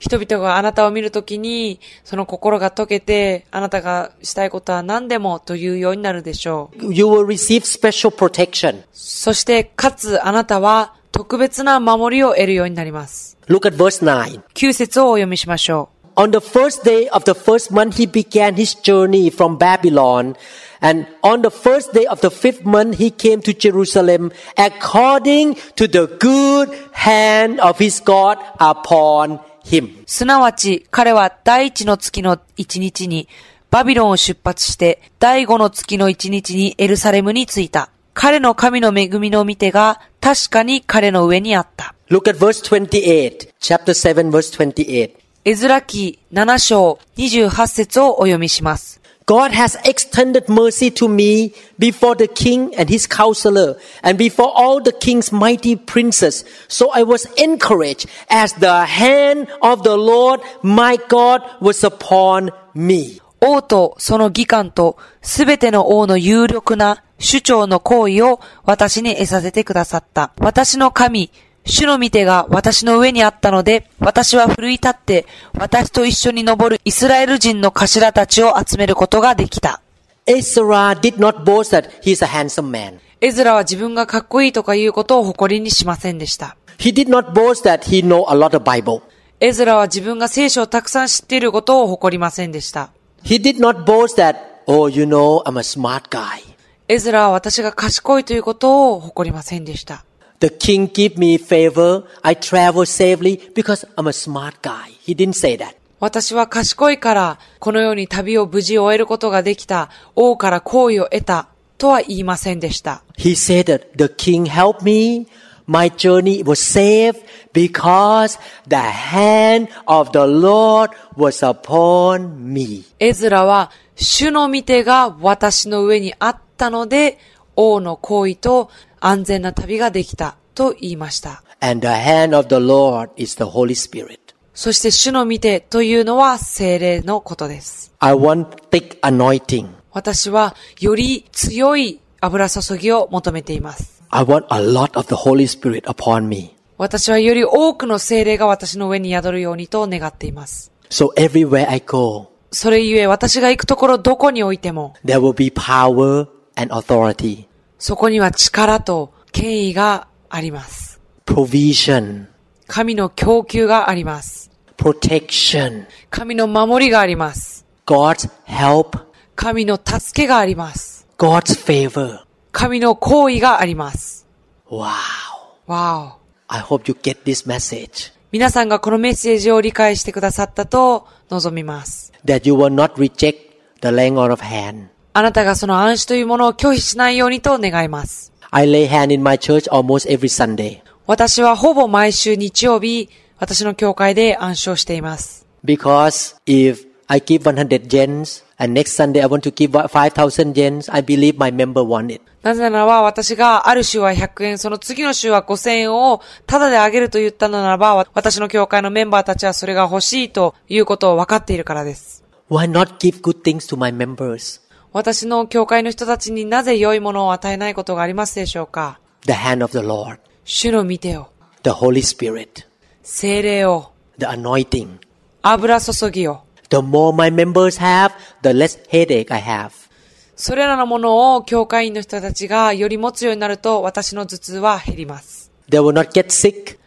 [SPEAKER 4] 人々があなたを見るときに、その心が溶けて、あなたがしたいことは何でもというようになるでしょう。
[SPEAKER 3] You will receive special protection.
[SPEAKER 4] そして、かつあなたは特別な守りを得るようになります。
[SPEAKER 3] Look at verse 9.
[SPEAKER 4] 9節をお読みしましょう。
[SPEAKER 3] On the first day of the first month, he began his journey from Babylon. And on the first day of the fifth month, he came to Jerusalem according to the good hand of his God upon him.
[SPEAKER 4] すなわち、彼は第一の月の一日に、バビロンを出発して、第五の月の一日にエルサレムに着いた。彼の神の恵みの見てが、確かに彼の上にあった。
[SPEAKER 3] Look at verse 28, chapter 7, verse 28.
[SPEAKER 4] エズラ記7章28節をお読みします。
[SPEAKER 3] God has extended mercy to me before the king and his counselor and before all the king's mighty princes. So I was encouraged as the hand of the Lord my God was upon me.
[SPEAKER 4] 王とその議官とすべての王の有力な首長の行為を私に得させてくださった。私の神、主の御手が私の上にあったので、私は奮い立って、私と一緒に登るイスラエル人の頭たちを集めることができた。
[SPEAKER 3] Ezra did not boast that he is a handsome man.
[SPEAKER 4] エズラは自分がかっこいいとかいうことを誇りにしませんでした。
[SPEAKER 3] He did not boast that he know a lot of Bible.
[SPEAKER 4] エズラは自分が聖書をたくさん知っていることを誇りませんでした。
[SPEAKER 3] He did not boast that, oh, you know, I'm a smart guy.
[SPEAKER 4] エズラは私が賢いということを誇りませんでした。
[SPEAKER 3] The king give me favor. I travel safely because I'm a smart guy. He didn't say that.
[SPEAKER 4] 私は賢いから、このように旅を無事終えることができた、王から好意を得た、とは言いませんでした。
[SPEAKER 3] He said that the king helped me. My journey was safe because the hand of the Lord was upon me.
[SPEAKER 4] エズラは、主の御手が私の上にあったので、王の行為と安全な旅ができた、と言いました。
[SPEAKER 3] And the hand of the Lord is the Holy Spirit.
[SPEAKER 4] そして主の御手というのは精霊のことです。
[SPEAKER 3] I want thick anointing.
[SPEAKER 4] 私は、より強い油注ぎを求めています。
[SPEAKER 3] I want a lot of the Holy Spirit upon me.
[SPEAKER 4] 私はより多くの精霊が私の上に宿るようにと願っています。
[SPEAKER 3] So everywhere I go,
[SPEAKER 4] それゆえ私が行くところどこにおいても、
[SPEAKER 3] there will be power and authority,
[SPEAKER 4] そこには力と権威があります。
[SPEAKER 3] provision,
[SPEAKER 4] 神の供給があります。
[SPEAKER 3] protection,
[SPEAKER 4] 神の守りがあります。
[SPEAKER 3] God's help,
[SPEAKER 4] 神の助けがあります。
[SPEAKER 3] God's favor.
[SPEAKER 4] 神の行為があります。
[SPEAKER 3] Wow.
[SPEAKER 4] わお。
[SPEAKER 3] I hope you get this message
[SPEAKER 4] 皆さんがこのメッセージを理解してくださったと望みます。
[SPEAKER 3] that you will not reject the laying on of hand.
[SPEAKER 4] あなたがその暗示というものを拒否しないようにと願います。
[SPEAKER 3] I lay hand in my church almost every Sunday
[SPEAKER 4] 私はほぼ毎週日曜日、私の教会で暗唱しています。
[SPEAKER 3] because if I give 100 yens and next Sunday I want to give 5,000 yens, I believe my member want it.
[SPEAKER 4] なぜならば私がある週は100円、その次の週は5000円をタダであげると言ったのならば、わ私の教会のメンバーたちはそれが欲しいということを分かっているからです。
[SPEAKER 3] Why not give good things to my members?
[SPEAKER 4] 私の教会の人たちになぜ良いものを与えないことがありますでしょうか
[SPEAKER 3] The hand of the Lord,
[SPEAKER 4] 主の見てよ、
[SPEAKER 3] the Holy Spirit,
[SPEAKER 4] 精霊を、
[SPEAKER 3] the anointing.
[SPEAKER 4] 油注ぎを、
[SPEAKER 3] The more my members have, the less headache I have.
[SPEAKER 4] それらのものを教会員の人たちがより持つようになると私の頭痛は減ります。
[SPEAKER 3] They will not get sick.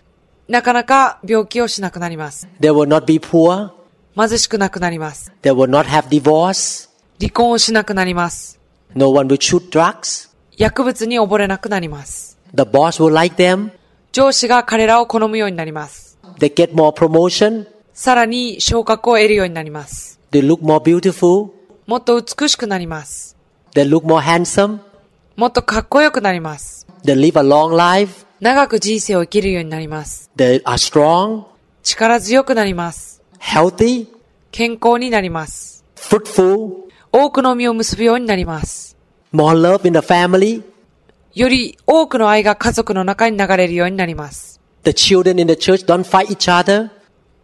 [SPEAKER 4] なかなか病気をしなくなります。
[SPEAKER 3] They will not be poor.
[SPEAKER 4] 貧しくなくなります。
[SPEAKER 3] They will not have divorce.
[SPEAKER 4] 離婚をしなくなります。
[SPEAKER 3] No one will shoot drugs.
[SPEAKER 4] 薬物に溺れなくなります。
[SPEAKER 3] The boss will like them.
[SPEAKER 4] 上司が彼らを好むようになります。
[SPEAKER 3] They get more promotion.
[SPEAKER 4] さらに昇格を得るようになります。
[SPEAKER 3] They look more beautiful.
[SPEAKER 4] もっと美しくなります。
[SPEAKER 3] They look more handsome.
[SPEAKER 4] もっとかっこよくなります。
[SPEAKER 3] They live a long life.
[SPEAKER 4] 長く人生を生きるようになります。
[SPEAKER 3] They are strong,
[SPEAKER 4] 力強くなります。
[SPEAKER 3] healthy,
[SPEAKER 4] 健康になります。
[SPEAKER 3] fruitful,
[SPEAKER 4] 多くの実を結ぶようになります。
[SPEAKER 3] more love in the family.
[SPEAKER 4] より多くの愛が家族の中に流れるようになります。
[SPEAKER 3] The children in the church don't fight each other.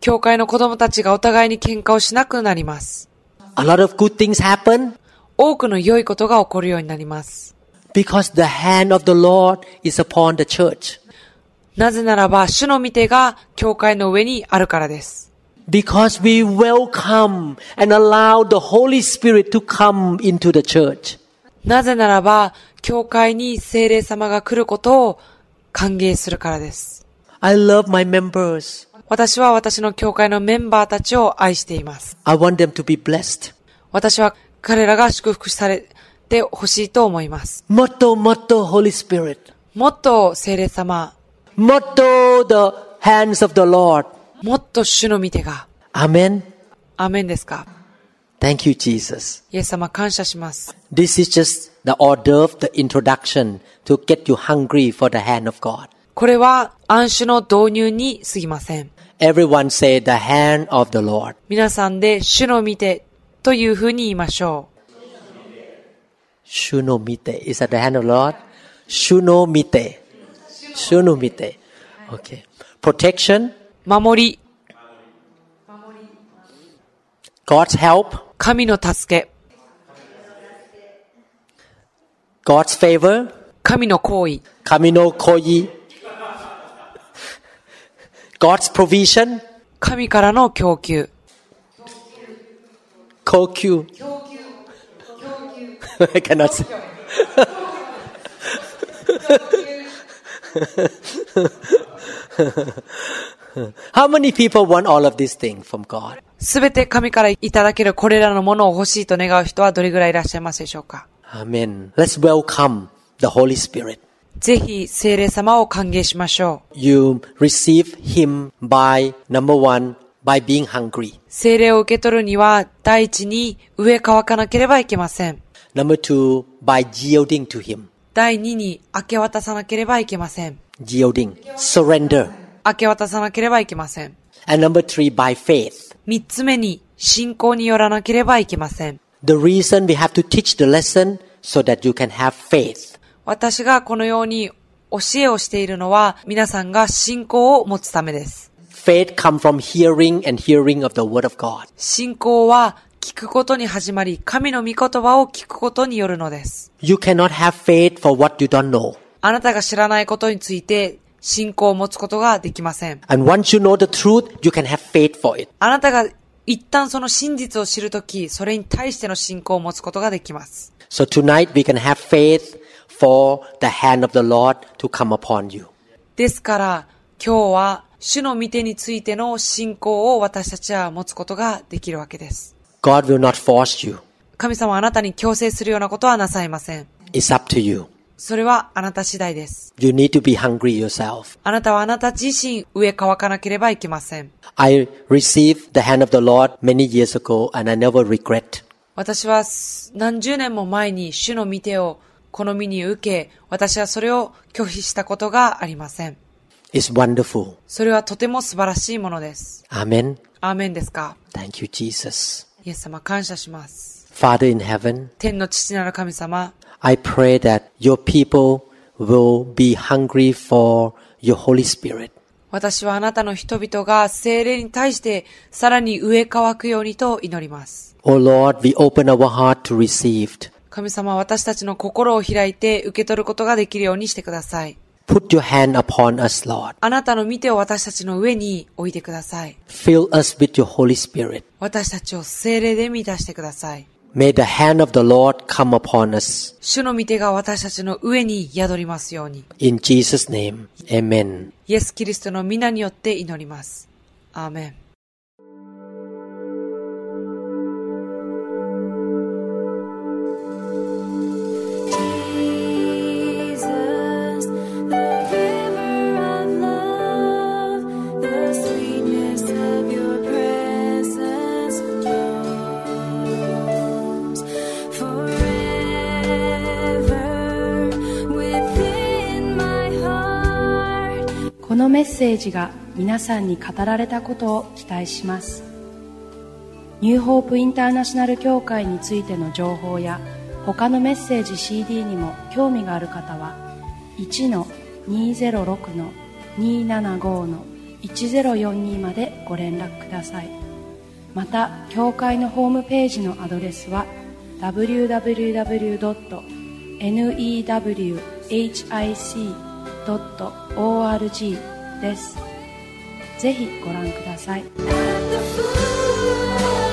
[SPEAKER 4] 教会の子供たちがお互いに喧嘩をしなくなります。
[SPEAKER 3] A lot of good things happen
[SPEAKER 4] 多くの良いことが起こるようになります。
[SPEAKER 3] because the hand of the Lord is upon the church.
[SPEAKER 4] なぜならば、主の御手が教会の上にあるからです。
[SPEAKER 3] Because we welcome and allow the Holy Spirit to come into the church.
[SPEAKER 4] なぜならば、教会に聖霊様が来ることを歓迎するからです。
[SPEAKER 3] I love my members.
[SPEAKER 4] 私は私の教会のメンバーたちを愛しています。
[SPEAKER 3] I want them to be blessed.
[SPEAKER 4] 私は彼らが祝福されてほしいと思います。
[SPEAKER 3] Motto, motto, Holy Spirit.
[SPEAKER 4] もっと聖霊様、
[SPEAKER 3] Motto, the hands of the Lord.
[SPEAKER 4] もっと主の御手が、
[SPEAKER 3] Amen.
[SPEAKER 4] アーメンですか
[SPEAKER 3] Thank you, Jesus.
[SPEAKER 4] イエス様感謝します。
[SPEAKER 3] This is just the hors d'oeuvre, the introduction to get you hungry for the hand of God.
[SPEAKER 4] これは暗種の導入に過ぎません。
[SPEAKER 3] Everyone say the hand of the Lord.
[SPEAKER 4] 皆さんで主の御手というふうに言いましょう。
[SPEAKER 3] Shunomite. Is that the hand of the Lord? Shunomite. Shunomite. Okay. Protection,
[SPEAKER 4] 守り、
[SPEAKER 3] God's help,
[SPEAKER 4] 神の助け、
[SPEAKER 3] God's favor,
[SPEAKER 4] 神の行為、
[SPEAKER 3] Kamino Koyi, God's provision,
[SPEAKER 4] 神からの供給、
[SPEAKER 3] Kokyu. <laughs> I cannot say. <laughs> How many people want all of these things from God?
[SPEAKER 4] すべて神からいただけるこれらのものを欲しいと願う人はどれぐらいいらっしゃいますでしょうか
[SPEAKER 3] Amen. Let's welcome the Holy Spirit.
[SPEAKER 4] ぜひ、聖霊様を歓迎しましょう。
[SPEAKER 3] You receive Him by, number one, by being hungry.
[SPEAKER 4] 聖霊を受け取るには、第一に上乾かなければいけません。
[SPEAKER 3] Number two, by yielding to Him.
[SPEAKER 4] 第二に明け渡さなければいけません。
[SPEAKER 3] Yielding. Surrender.
[SPEAKER 4] 明け渡さなければいけません。
[SPEAKER 3] And number three, by faith.
[SPEAKER 4] 三つ目に、信仰によらなければいけません。
[SPEAKER 3] The reason we have to teach the lesson so that you can have faith.
[SPEAKER 4] 私がこのように教えをしているのは、皆さんが信仰を持つためです。
[SPEAKER 3] Faith come from hearing and hearing of the Word of God.
[SPEAKER 4] 信仰は、聞くことに始まり、神の御言葉を聞くことによるのです。
[SPEAKER 3] You cannot have faith for what you don't know.
[SPEAKER 4] あなたが知らないことについて、信仰を持つことができません。
[SPEAKER 3] And once you know the truth, you can have faith for it.
[SPEAKER 4] あなたが一旦その真実を知るとき、それに対しての信仰を持つことができます。
[SPEAKER 3] So tonight we can have faith for the hand of the Lord to come upon you.
[SPEAKER 4] ですから、今日は、主の御手についての信仰を私たちは持つことができるわけです。
[SPEAKER 3] God will not force you.
[SPEAKER 4] 神様はあなたに強制するようなことはなさいません。
[SPEAKER 3] It's up to you.
[SPEAKER 4] それはあなた次第です。
[SPEAKER 3] You need to be hungry yourself.
[SPEAKER 4] あなたはあなた自身上乾かなければいけません。
[SPEAKER 3] I received the hand of the Lord many years ago and I never regret.
[SPEAKER 4] 私はす何十年も前に主の御手をこの身に受け、私はそれを拒否したことがありません。
[SPEAKER 3] It's wonderful.
[SPEAKER 4] それはとても素晴らしいものです。
[SPEAKER 3] Amen.
[SPEAKER 4] アーメンですか
[SPEAKER 3] Thank you, Jesus.
[SPEAKER 4] イエス様感謝します。
[SPEAKER 3] Father in heaven,
[SPEAKER 4] 天の父なる神様、
[SPEAKER 3] I pray that your people will be hungry for your Holy Spirit.
[SPEAKER 4] 私はあなたの人々が精霊に対してさらに上乾くようにと祈ります。
[SPEAKER 3] O Lord, we open our heart to receive.
[SPEAKER 4] 神様、私たちの心を開いて受け取ることができるようにしてください。
[SPEAKER 3] Put your hand upon us, Lord.
[SPEAKER 4] あなたの見てを私たちの上に置いてください。
[SPEAKER 3] Fill us with your Holy Spirit.
[SPEAKER 4] 私たちを精霊で満たしてください。
[SPEAKER 3] May the hand of the Lord come upon us.
[SPEAKER 4] 主の見てが私たちの上に宿りますように。
[SPEAKER 3] In Jesus' name, amen.
[SPEAKER 4] イエス・キリストの皆によって祈ります。アーメン。
[SPEAKER 5] Jesus, the giver of love, the sweetness of your presence flows forever within my heart.
[SPEAKER 2] このメッセージが皆さんに語られたことを期待しますニューホープインターナショナル協会についての情報や他のメッセージ CD にも興味がある方は1-206-275-1042までご連絡くださいまた教会のホームページのアドレスは www.newhic.org ですぜひご覧ください
[SPEAKER 5] At the foot